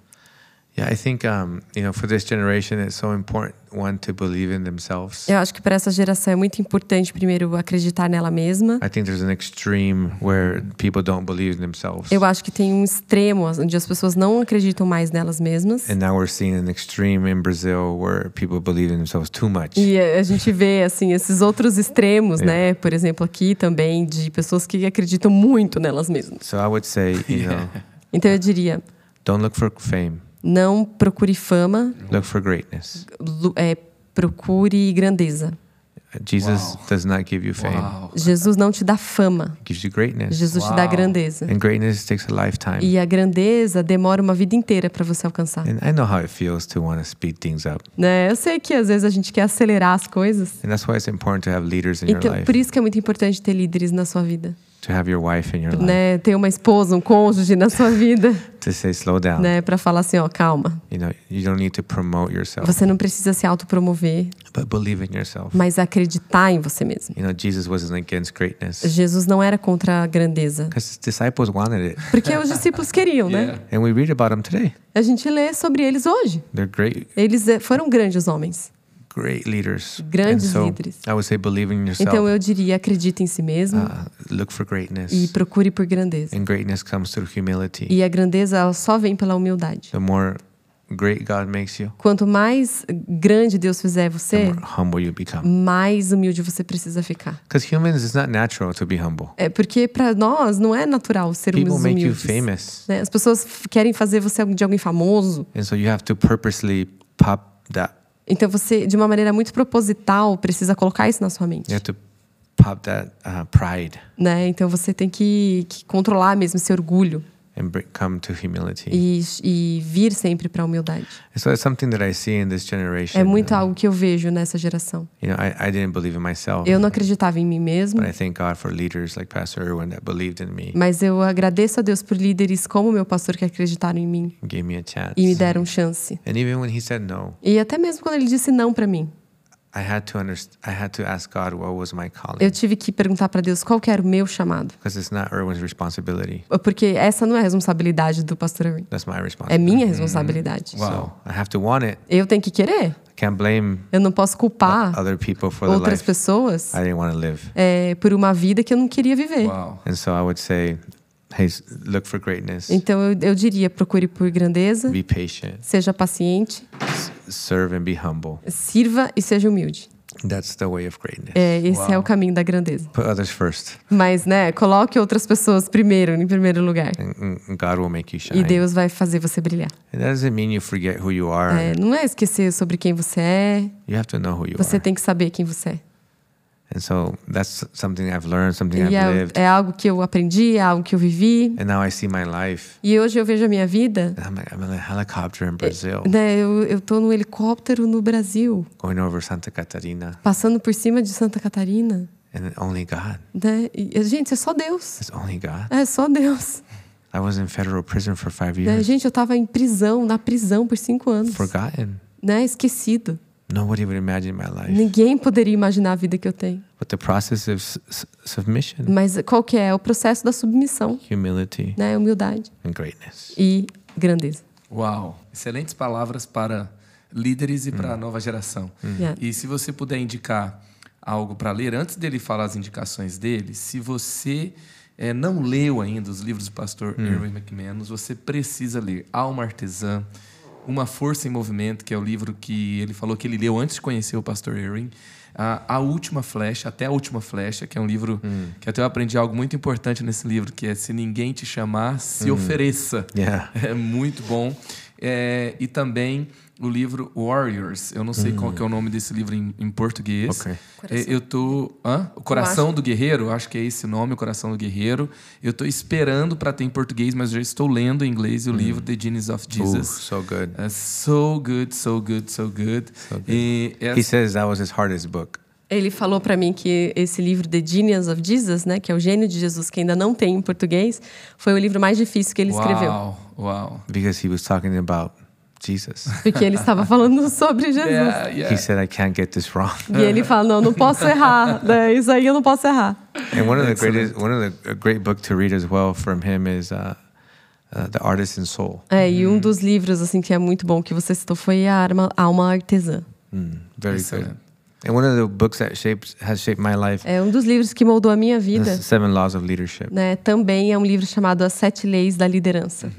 Speaker 3: Yeah, I think um, you know, for this generation, it's so important one to believe in themselves.
Speaker 1: Eu acho que para essa geração é muito importante primeiro acreditar nela mesma.
Speaker 3: I think there's an extreme where people don't believe in themselves,
Speaker 1: Eu acho que tem um extremo onde as pessoas não acreditam mais nelas mesmas.
Speaker 3: and now we're seeing an extreme in Brazil where people believe in themselves too much.
Speaker 1: E eh, a gente vê, assim, esses outros
Speaker 3: É.
Speaker 1: extremos, né? Por exemplo, aqui também, de pessoas que acreditam muito nelas mesmas.
Speaker 3: So I would say, you know,
Speaker 1: Então eu diria,
Speaker 3: don't look for fame,
Speaker 1: não procure fama,
Speaker 3: look for greatness.
Speaker 1: lu- eh, procure grandeza.
Speaker 3: Jesus
Speaker 2: Wow.
Speaker 3: does not give you fame.
Speaker 2: Uau.
Speaker 1: Jesus não te dá fama,
Speaker 3: He gives you greatness.
Speaker 1: Jesus te dá
Speaker 2: Uau.
Speaker 1: grandeza.
Speaker 3: And greatness takes a lifetime.
Speaker 1: E a grandeza demora uma vida inteira para você alcançar.
Speaker 3: And I know how it feels to want to speed things up.
Speaker 1: Né? Eu sei que às vezes a gente quer acelerar as coisas.
Speaker 3: And that's why it's important to have leaders in your
Speaker 1: Então,
Speaker 3: life,
Speaker 1: por isso que é muito importante ter líderes na sua vida,
Speaker 3: to have your wife in your life,
Speaker 1: né? Ter uma esposa, um cônjuge na sua vida,
Speaker 3: to say, slow down.
Speaker 1: né, para falar assim, ó, calma.
Speaker 3: You know, you don't need to promote yourself,
Speaker 1: Você não precisa se autopromover,
Speaker 3: but believe in yourself.
Speaker 1: mas acreditar em você mesmo.
Speaker 3: You know, Jesus wasn't against greatness
Speaker 1: Jesus não era contra a grandeza,
Speaker 3: because his disciples wanted it.
Speaker 1: porque os discípulos queriam, né?
Speaker 2: Yeah.
Speaker 3: And we read about them today.
Speaker 1: A gente lê sobre eles hoje.
Speaker 3: They're great,
Speaker 1: Eles eh, foram grandes homens.
Speaker 3: great leaders.
Speaker 1: Grandes
Speaker 3: and so
Speaker 1: líderes.
Speaker 3: I would say believe in
Speaker 1: Então
Speaker 3: yourself.
Speaker 1: eu diria, acredita em si mesmo
Speaker 3: Uh, look for greatness.
Speaker 1: e procure por grandeza.
Speaker 3: And greatness comes through humility.
Speaker 1: E a grandeza ela só vem pela humildade.
Speaker 3: The more great God makes you,
Speaker 1: Quanto mais grande Deus fizer
Speaker 3: the
Speaker 1: você,
Speaker 3: more humble you become.
Speaker 1: mais humilde você precisa ficar.
Speaker 3: Because humans, it's not natural to be humble.
Speaker 1: É porque para nós não é natural
Speaker 3: People
Speaker 1: sermos
Speaker 3: make you
Speaker 1: humildes.
Speaker 3: famous.
Speaker 1: né? As pessoas f- querem fazer você de alguém famoso.
Speaker 3: And so you have to purposely pop that.
Speaker 1: Então você, de uma maneira muito proposital, precisa colocar isso na sua mente.
Speaker 3: You have to pop that uh, pride
Speaker 1: Né? Então você tem que, que controlar mesmo esse orgulho
Speaker 3: and bring, come to humility.
Speaker 1: e, e vir sempre para a humildade.
Speaker 3: And so it's something that I see in this generation.
Speaker 1: É muito algo que eu vejo nessa geração.
Speaker 3: You know, I, I didn't believe in myself,
Speaker 1: Eu não acreditava em mim mesmo,
Speaker 3: but I thank God for leaders like Pastor Irwin that believed in me
Speaker 1: mas eu agradeço a Deus por líderes como meu pastor que acreditaram em mim
Speaker 3: and gave me a chance.
Speaker 1: e me deram chance.
Speaker 3: And even when he said no,
Speaker 1: E até mesmo quando ele disse não para mim,
Speaker 3: I had to underst- I had to ask God what was my calling
Speaker 1: eu tive que perguntar para Deus qual que era o meu chamado.
Speaker 3: because it's not Irwin's responsibility.
Speaker 1: Porque essa não é a responsabilidade do pastor Irwin.
Speaker 3: That's my
Speaker 1: É
Speaker 3: responsibility.
Speaker 1: minha responsabilidade.
Speaker 3: So I have to want it.
Speaker 1: Eu tenho que querer.
Speaker 3: I can't blame
Speaker 1: Eu não posso culpar
Speaker 3: other people for the
Speaker 1: outras
Speaker 3: life
Speaker 1: pessoas
Speaker 3: I didn't want to live.
Speaker 1: é, por uma vida que eu não queria viver.
Speaker 2: Uau.
Speaker 3: And so I would say, hey, s- look for greatness.
Speaker 1: Então eu, eu diria: procure por grandeza,
Speaker 3: Be patient.
Speaker 1: seja paciente,
Speaker 3: S- serve and be humble.
Speaker 1: sirva e seja humilde.
Speaker 3: That's the way of greatness.
Speaker 1: É, esse é o caminho da grandeza.
Speaker 3: Put others first,
Speaker 1: Mas, né, coloque outras pessoas primeiro, em primeiro lugar.
Speaker 3: and- and, and God will make you
Speaker 1: E
Speaker 3: É, shine.
Speaker 1: Deus vai fazer você brilhar.
Speaker 3: And that doesn't mean you forget who you are.
Speaker 1: É, não é esquecer sobre quem você é,
Speaker 3: You have to know who you
Speaker 1: você
Speaker 3: are.
Speaker 1: tem que saber quem você é.
Speaker 3: And so that's something I've learned, something I've
Speaker 1: E
Speaker 3: lived.
Speaker 1: é, é algo que eu aprendi, é algo que eu vivi.
Speaker 3: And now I see my life.
Speaker 1: E hoje eu vejo a minha vida,
Speaker 3: And I'm like, I'm in a helicopter
Speaker 1: Eh,
Speaker 3: in Brazil,
Speaker 1: né, eu, eu tô num helicóptero no Brasil,
Speaker 3: going over Santa Catarina,
Speaker 1: passando por cima de Santa Catarina.
Speaker 3: and only God.
Speaker 1: Né? E, gente, é só Deus.
Speaker 3: It's only God.
Speaker 1: É só Deus.
Speaker 3: I was in federal prison for five
Speaker 1: Né?
Speaker 3: years,
Speaker 1: Gente, eu tava em prisão, na prisão por cinco anos.
Speaker 3: forgotten.
Speaker 1: Né? Esquecido.
Speaker 3: Nobody would imagine my life.
Speaker 1: Ninguém poderia imaginar a vida que eu tenho.
Speaker 3: But the process of s- s- submission,
Speaker 1: Mas qual que é? O processo da submissão,
Speaker 3: humility,
Speaker 1: né? Humildade
Speaker 3: and greatness.
Speaker 1: e grandeza.
Speaker 2: Uau. Excelentes palavras para líderes e para a nova geração.
Speaker 1: Yeah.
Speaker 2: E se você puder indicar algo para ler, antes dele falar as indicações dele, se você eh, não leu ainda os livros do pastor Irwin McManus, você precisa ler Alma Artesã, Uma Força em Movimento, que é o livro que ele falou que ele leu antes de conhecer o pastor Irwin. A, a Última Flecha, Até a Última Flecha, que é um livro que até eu aprendi algo muito importante nesse livro, que é Se Ninguém Te Chamar, Se Ofereça.
Speaker 3: Yeah.
Speaker 2: É muito bom. É, e também o livro Warriors. Eu não sei qual que é o nome desse livro em, em português.
Speaker 3: Hum. Ok.
Speaker 2: É, eu tô. Hã? O Coração do Guerreiro, acho que é esse o nome, o Coração do Guerreiro. Eu tô esperando para ter em português, mas eu já estou lendo em inglês
Speaker 3: Hum.
Speaker 2: o livro The Genius of
Speaker 3: Ooh,
Speaker 2: Jesus.
Speaker 3: so good.
Speaker 2: É so good, so good, so good. E é essa-
Speaker 3: He says that was his hardest book.
Speaker 1: Ele falou para mim que esse livro The Genius of Jesus, né, que é o gênio de Jesus, que ainda não tem em português, foi o livro mais difícil que ele escreveu,
Speaker 2: Uau, uau.
Speaker 3: because he was talking about Jesus.
Speaker 1: porque ele estava falando sobre Jesus.
Speaker 2: Yeah,
Speaker 3: He
Speaker 2: yeah.
Speaker 3: said, I can't get this wrong.
Speaker 1: E ele fala: "Não, não posso errar. Né? Isso aí eu não posso errar."
Speaker 3: And one of the greatest, one of the a great book to read as well from him is uh, uh, The Artist in Soul.
Speaker 1: É, e um dos livros assim que é muito bom que você citou foi a Arma Alma Artesã.
Speaker 3: Mm, very good.
Speaker 2: Excellent.
Speaker 3: And one of the books that shapes has shaped my life
Speaker 1: É um dos livros que moldou a minha
Speaker 3: is
Speaker 1: vida.
Speaker 3: Seven Laws of Leadership.
Speaker 1: Né, também é um livro chamado As Sete Leis da Liderança.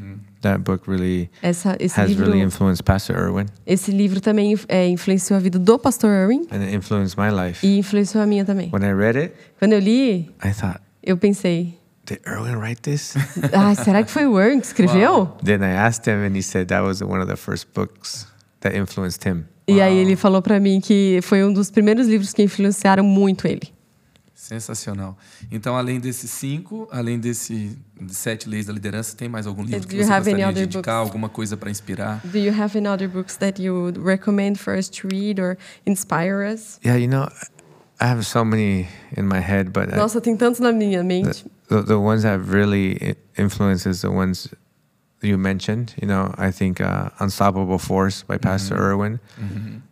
Speaker 3: That book really
Speaker 1: Essa, esse,
Speaker 3: has
Speaker 1: livro,
Speaker 3: really influenced Pastor Irwin
Speaker 1: esse livro também é, influenciou a vida do pastor Irwin
Speaker 3: and it influenced my life.
Speaker 1: e influenciou a minha também.
Speaker 3: When I read it,
Speaker 1: Quando eu li,
Speaker 3: I thought,
Speaker 1: eu pensei,
Speaker 3: did Irwin write this?
Speaker 1: ah, será que foi o Irwin que escreveu?
Speaker 3: then I asked him, and he said that was one of the first books that influenced him.
Speaker 1: E aí ele falou para mim que foi um dos primeiros livros que influenciaram muito ele.
Speaker 2: Sensacional. Então, além desses cinco, além desses sete leis da liderança, tem mais algum livro
Speaker 1: Do
Speaker 2: que
Speaker 1: you
Speaker 2: você
Speaker 1: have any
Speaker 2: gostaria de
Speaker 1: other
Speaker 2: indicar?
Speaker 1: books?
Speaker 2: Alguma coisa para inspirar?
Speaker 1: Do you have any other books that you would recommend for us to read or inspire us?
Speaker 3: Yeah, you know, I have so many in my head, but I,
Speaker 1: Nossa, tem tantos na minha mente.
Speaker 3: the, the ones that really i- influence is the ones you mentioned. You know, I think uh, Unstoppable Force by Pastor Irwin.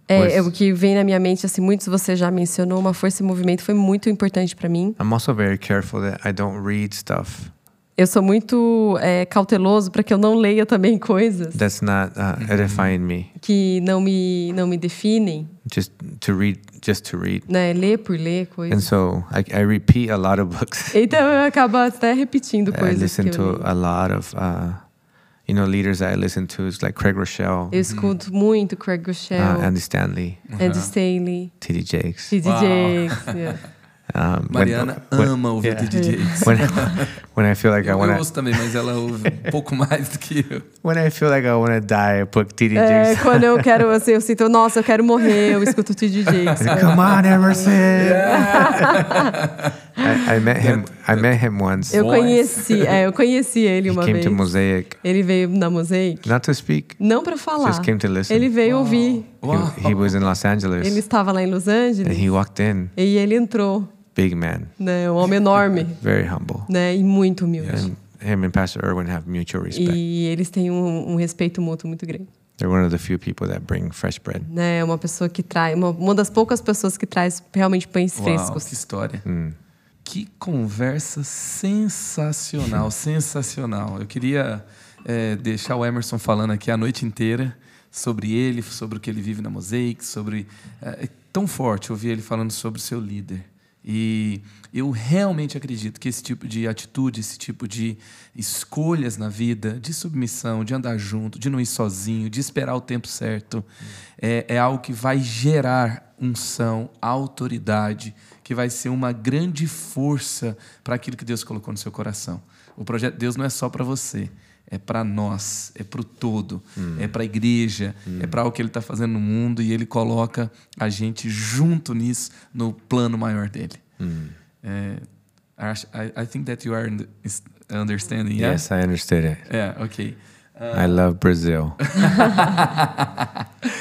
Speaker 1: É,
Speaker 3: Pois.
Speaker 1: é o que vem na minha mente, assim, muitos você já mencionou, uma força e movimento foi muito importante para mim.
Speaker 3: I'm also very careful that I don't read stuff
Speaker 1: Eu sou muito é, cauteloso para que eu não leia também coisas
Speaker 3: that's not uh, edifying me.
Speaker 1: que não me não me definem,
Speaker 3: Just to read, just to read.
Speaker 1: né? Ler por ler
Speaker 3: And
Speaker 1: coisas.
Speaker 3: so I, I repeat a lot of books.
Speaker 1: Então eu acabo até repetindo
Speaker 3: I
Speaker 1: coisas que
Speaker 3: listen
Speaker 1: eu
Speaker 3: to
Speaker 1: leio.
Speaker 3: É, a lot of, uh, you know, leaders that I listen to is like Craig Rochelle,
Speaker 1: Eu escuto muito Craig Rochelle,
Speaker 3: uh, Andy Stanley,
Speaker 1: Andy Stanley,
Speaker 3: T.D. Jakes.
Speaker 1: T.D.
Speaker 2: Uau.
Speaker 1: Jakes. é, yeah.
Speaker 3: Um, when-
Speaker 2: Mariana uh. ama ouvir
Speaker 3: yeah.
Speaker 2: TD Jakes.
Speaker 3: when when I feel like I
Speaker 2: Eu, eu
Speaker 3: want
Speaker 2: ouço
Speaker 3: to
Speaker 2: também, mas ela ouve um pouco mais do que eu.
Speaker 3: when I feel like I want to die, I put T.D.
Speaker 1: É,
Speaker 3: Jakes.
Speaker 1: quando eu quero, assim, eu sinto, nossa, eu quero morrer, eu escuto T.D. Jakes. é.
Speaker 3: Come on, Emerson. I, I met him. I met him once.
Speaker 1: Eu
Speaker 2: Voz.
Speaker 1: conheci, é, eu conheci ele
Speaker 3: He
Speaker 1: uma
Speaker 3: came
Speaker 1: vez.
Speaker 3: to Mosaic
Speaker 1: Ele veio na Mosaic,
Speaker 3: not to speak.
Speaker 1: não para falar.
Speaker 3: Just came to listen.
Speaker 1: Ele veio ouvir.
Speaker 2: Uau.
Speaker 3: He, he was in Los Angeles
Speaker 1: Ele estava lá em Los
Speaker 3: and
Speaker 1: Angeles
Speaker 3: he walked in.
Speaker 1: e ele entrou,
Speaker 3: Big man,
Speaker 1: né, um homem enorme,
Speaker 3: very humble.
Speaker 1: né, e muito humilde.
Speaker 3: And him and Pastor Irwin have mutual
Speaker 2: É,
Speaker 3: respect.
Speaker 1: E eles têm um, um respeito mútuo muito grande.
Speaker 3: They're one of the few people that bring fresh bread.
Speaker 1: Né, é uma pessoa que traz, uma, uma das poucas pessoas que traz realmente pães
Speaker 2: Uau,
Speaker 1: frescos.
Speaker 2: que história.
Speaker 3: Mm.
Speaker 2: Que conversa sensacional, sensacional. Eu queria eh, deixar o Emerson falando aqui a noite inteira sobre ele, sobre o que ele vive na Mosaic, sobre... eh, é tão forte ouvir ele falando sobre o seu líder. E eu realmente acredito que esse tipo de atitude, esse tipo de escolhas na vida, de submissão, de andar junto, de não ir sozinho, de esperar o tempo certo, é, é algo que vai gerar unção, autoridade, que vai ser uma grande força para aquilo que Deus colocou no seu coração. O projeto de Deus não é só para você, é para nós, é para o todo,
Speaker 3: Hum.
Speaker 2: é para a igreja, é para o que ele está fazendo no mundo e ele coloca a gente junto nisso no plano maior dele.
Speaker 3: Mm.
Speaker 2: É, acho- I, I think that you are in- is- understanding. yeah?
Speaker 3: Yes, I understood it.
Speaker 2: É, ok.
Speaker 3: I love Brazil.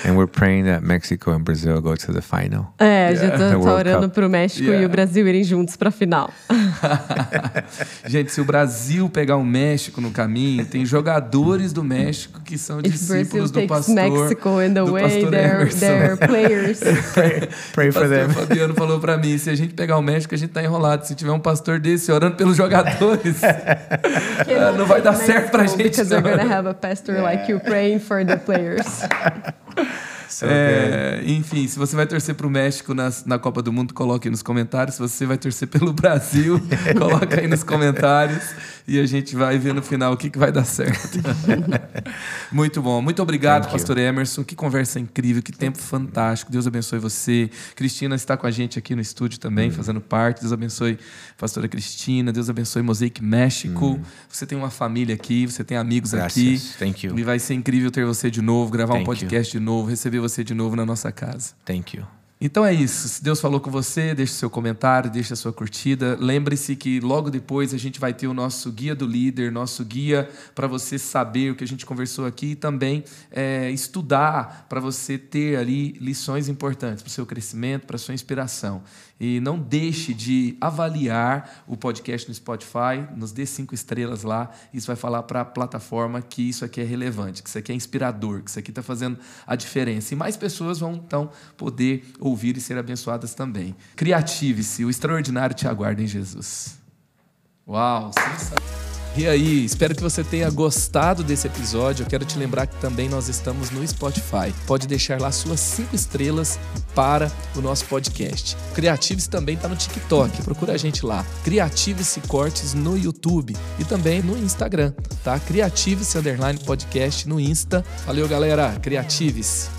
Speaker 3: and we're praying that Mexico and Brazil go to the final.
Speaker 1: É, a gente
Speaker 3: The
Speaker 1: tá, tá
Speaker 3: World
Speaker 1: orando
Speaker 3: Cup.
Speaker 1: pro México e
Speaker 2: Yeah.
Speaker 1: o Brasil irem juntos pra final.
Speaker 2: Ah, Gente, se o Brasil pegar o México no caminho, tem jogadores do México que são
Speaker 1: If Brazil
Speaker 2: discípulos do
Speaker 1: takes
Speaker 2: pastor.
Speaker 1: Mexico in the
Speaker 2: do
Speaker 1: way,
Speaker 2: pastor
Speaker 1: they're,
Speaker 2: Emerson.
Speaker 1: they're players.
Speaker 3: Pray, pray for
Speaker 2: pastor
Speaker 3: them.
Speaker 2: Fabiano falou pra mim: se a gente pegar o México, a gente tá enrolado. Se tiver um pastor desse orando pelos jogadores, Ah, não vai dar
Speaker 1: né?
Speaker 2: certo pra gente,
Speaker 1: Because they're
Speaker 2: não.
Speaker 1: gonna have a pastor like you praying for the players.
Speaker 3: So good.
Speaker 2: É, enfim, se você vai torcer pro México na, na Copa do Mundo, coloque aí nos comentários. Se você vai torcer pelo Brasil, coloca aí nos comentários. E a gente vai ver no final o que, que vai dar certo. Muito bom. Muito obrigado, pastor Emerson. Que conversa incrível, que tempo fantástico. Deus abençoe você. Cristina está com a gente aqui no estúdio também, fazendo parte. Deus abençoe a pastora Cristina. Deus abençoe Mosaic México. Você tem uma família aqui, você tem amigos aqui.
Speaker 3: Gracias. Thank
Speaker 2: E
Speaker 3: you.
Speaker 2: vai ser incrível ter você de novo, gravar um
Speaker 3: Thank you.
Speaker 2: podcast de novo, receber você de novo na nossa casa.
Speaker 3: Thank you.
Speaker 2: Então é isso. Se Deus falou com você, deixe seu comentário, deixe a sua curtida. Lembre-se que logo depois a gente vai ter o nosso guia do líder, nosso guia para você saber o que a gente conversou aqui e também é, estudar para você ter ali lições importantes para o seu crescimento, para sua inspiração. E não deixe de avaliar o podcast no Spotify, nos dê cinco estrelas lá. Isso vai falar para a plataforma que isso aqui é relevante, que isso aqui é inspirador, que isso aqui está fazendo a diferença. E mais pessoas vão então poder ouvir e ser abençoadas também. Criative-se, o extraordinário te aguarda em Jesus. Uau, sensacional. E aí, espero que você tenha gostado desse episódio. Eu quero te lembrar que também nós estamos no Spotify. Pode deixar lá suas cinco estrelas para o nosso podcast. Criatives também está no TikTok. Procura a gente lá. Criatives Cortes no YouTube e também no Instagram, tá? Criatives Underline Podcast no Insta. Valeu, galera. Criatives.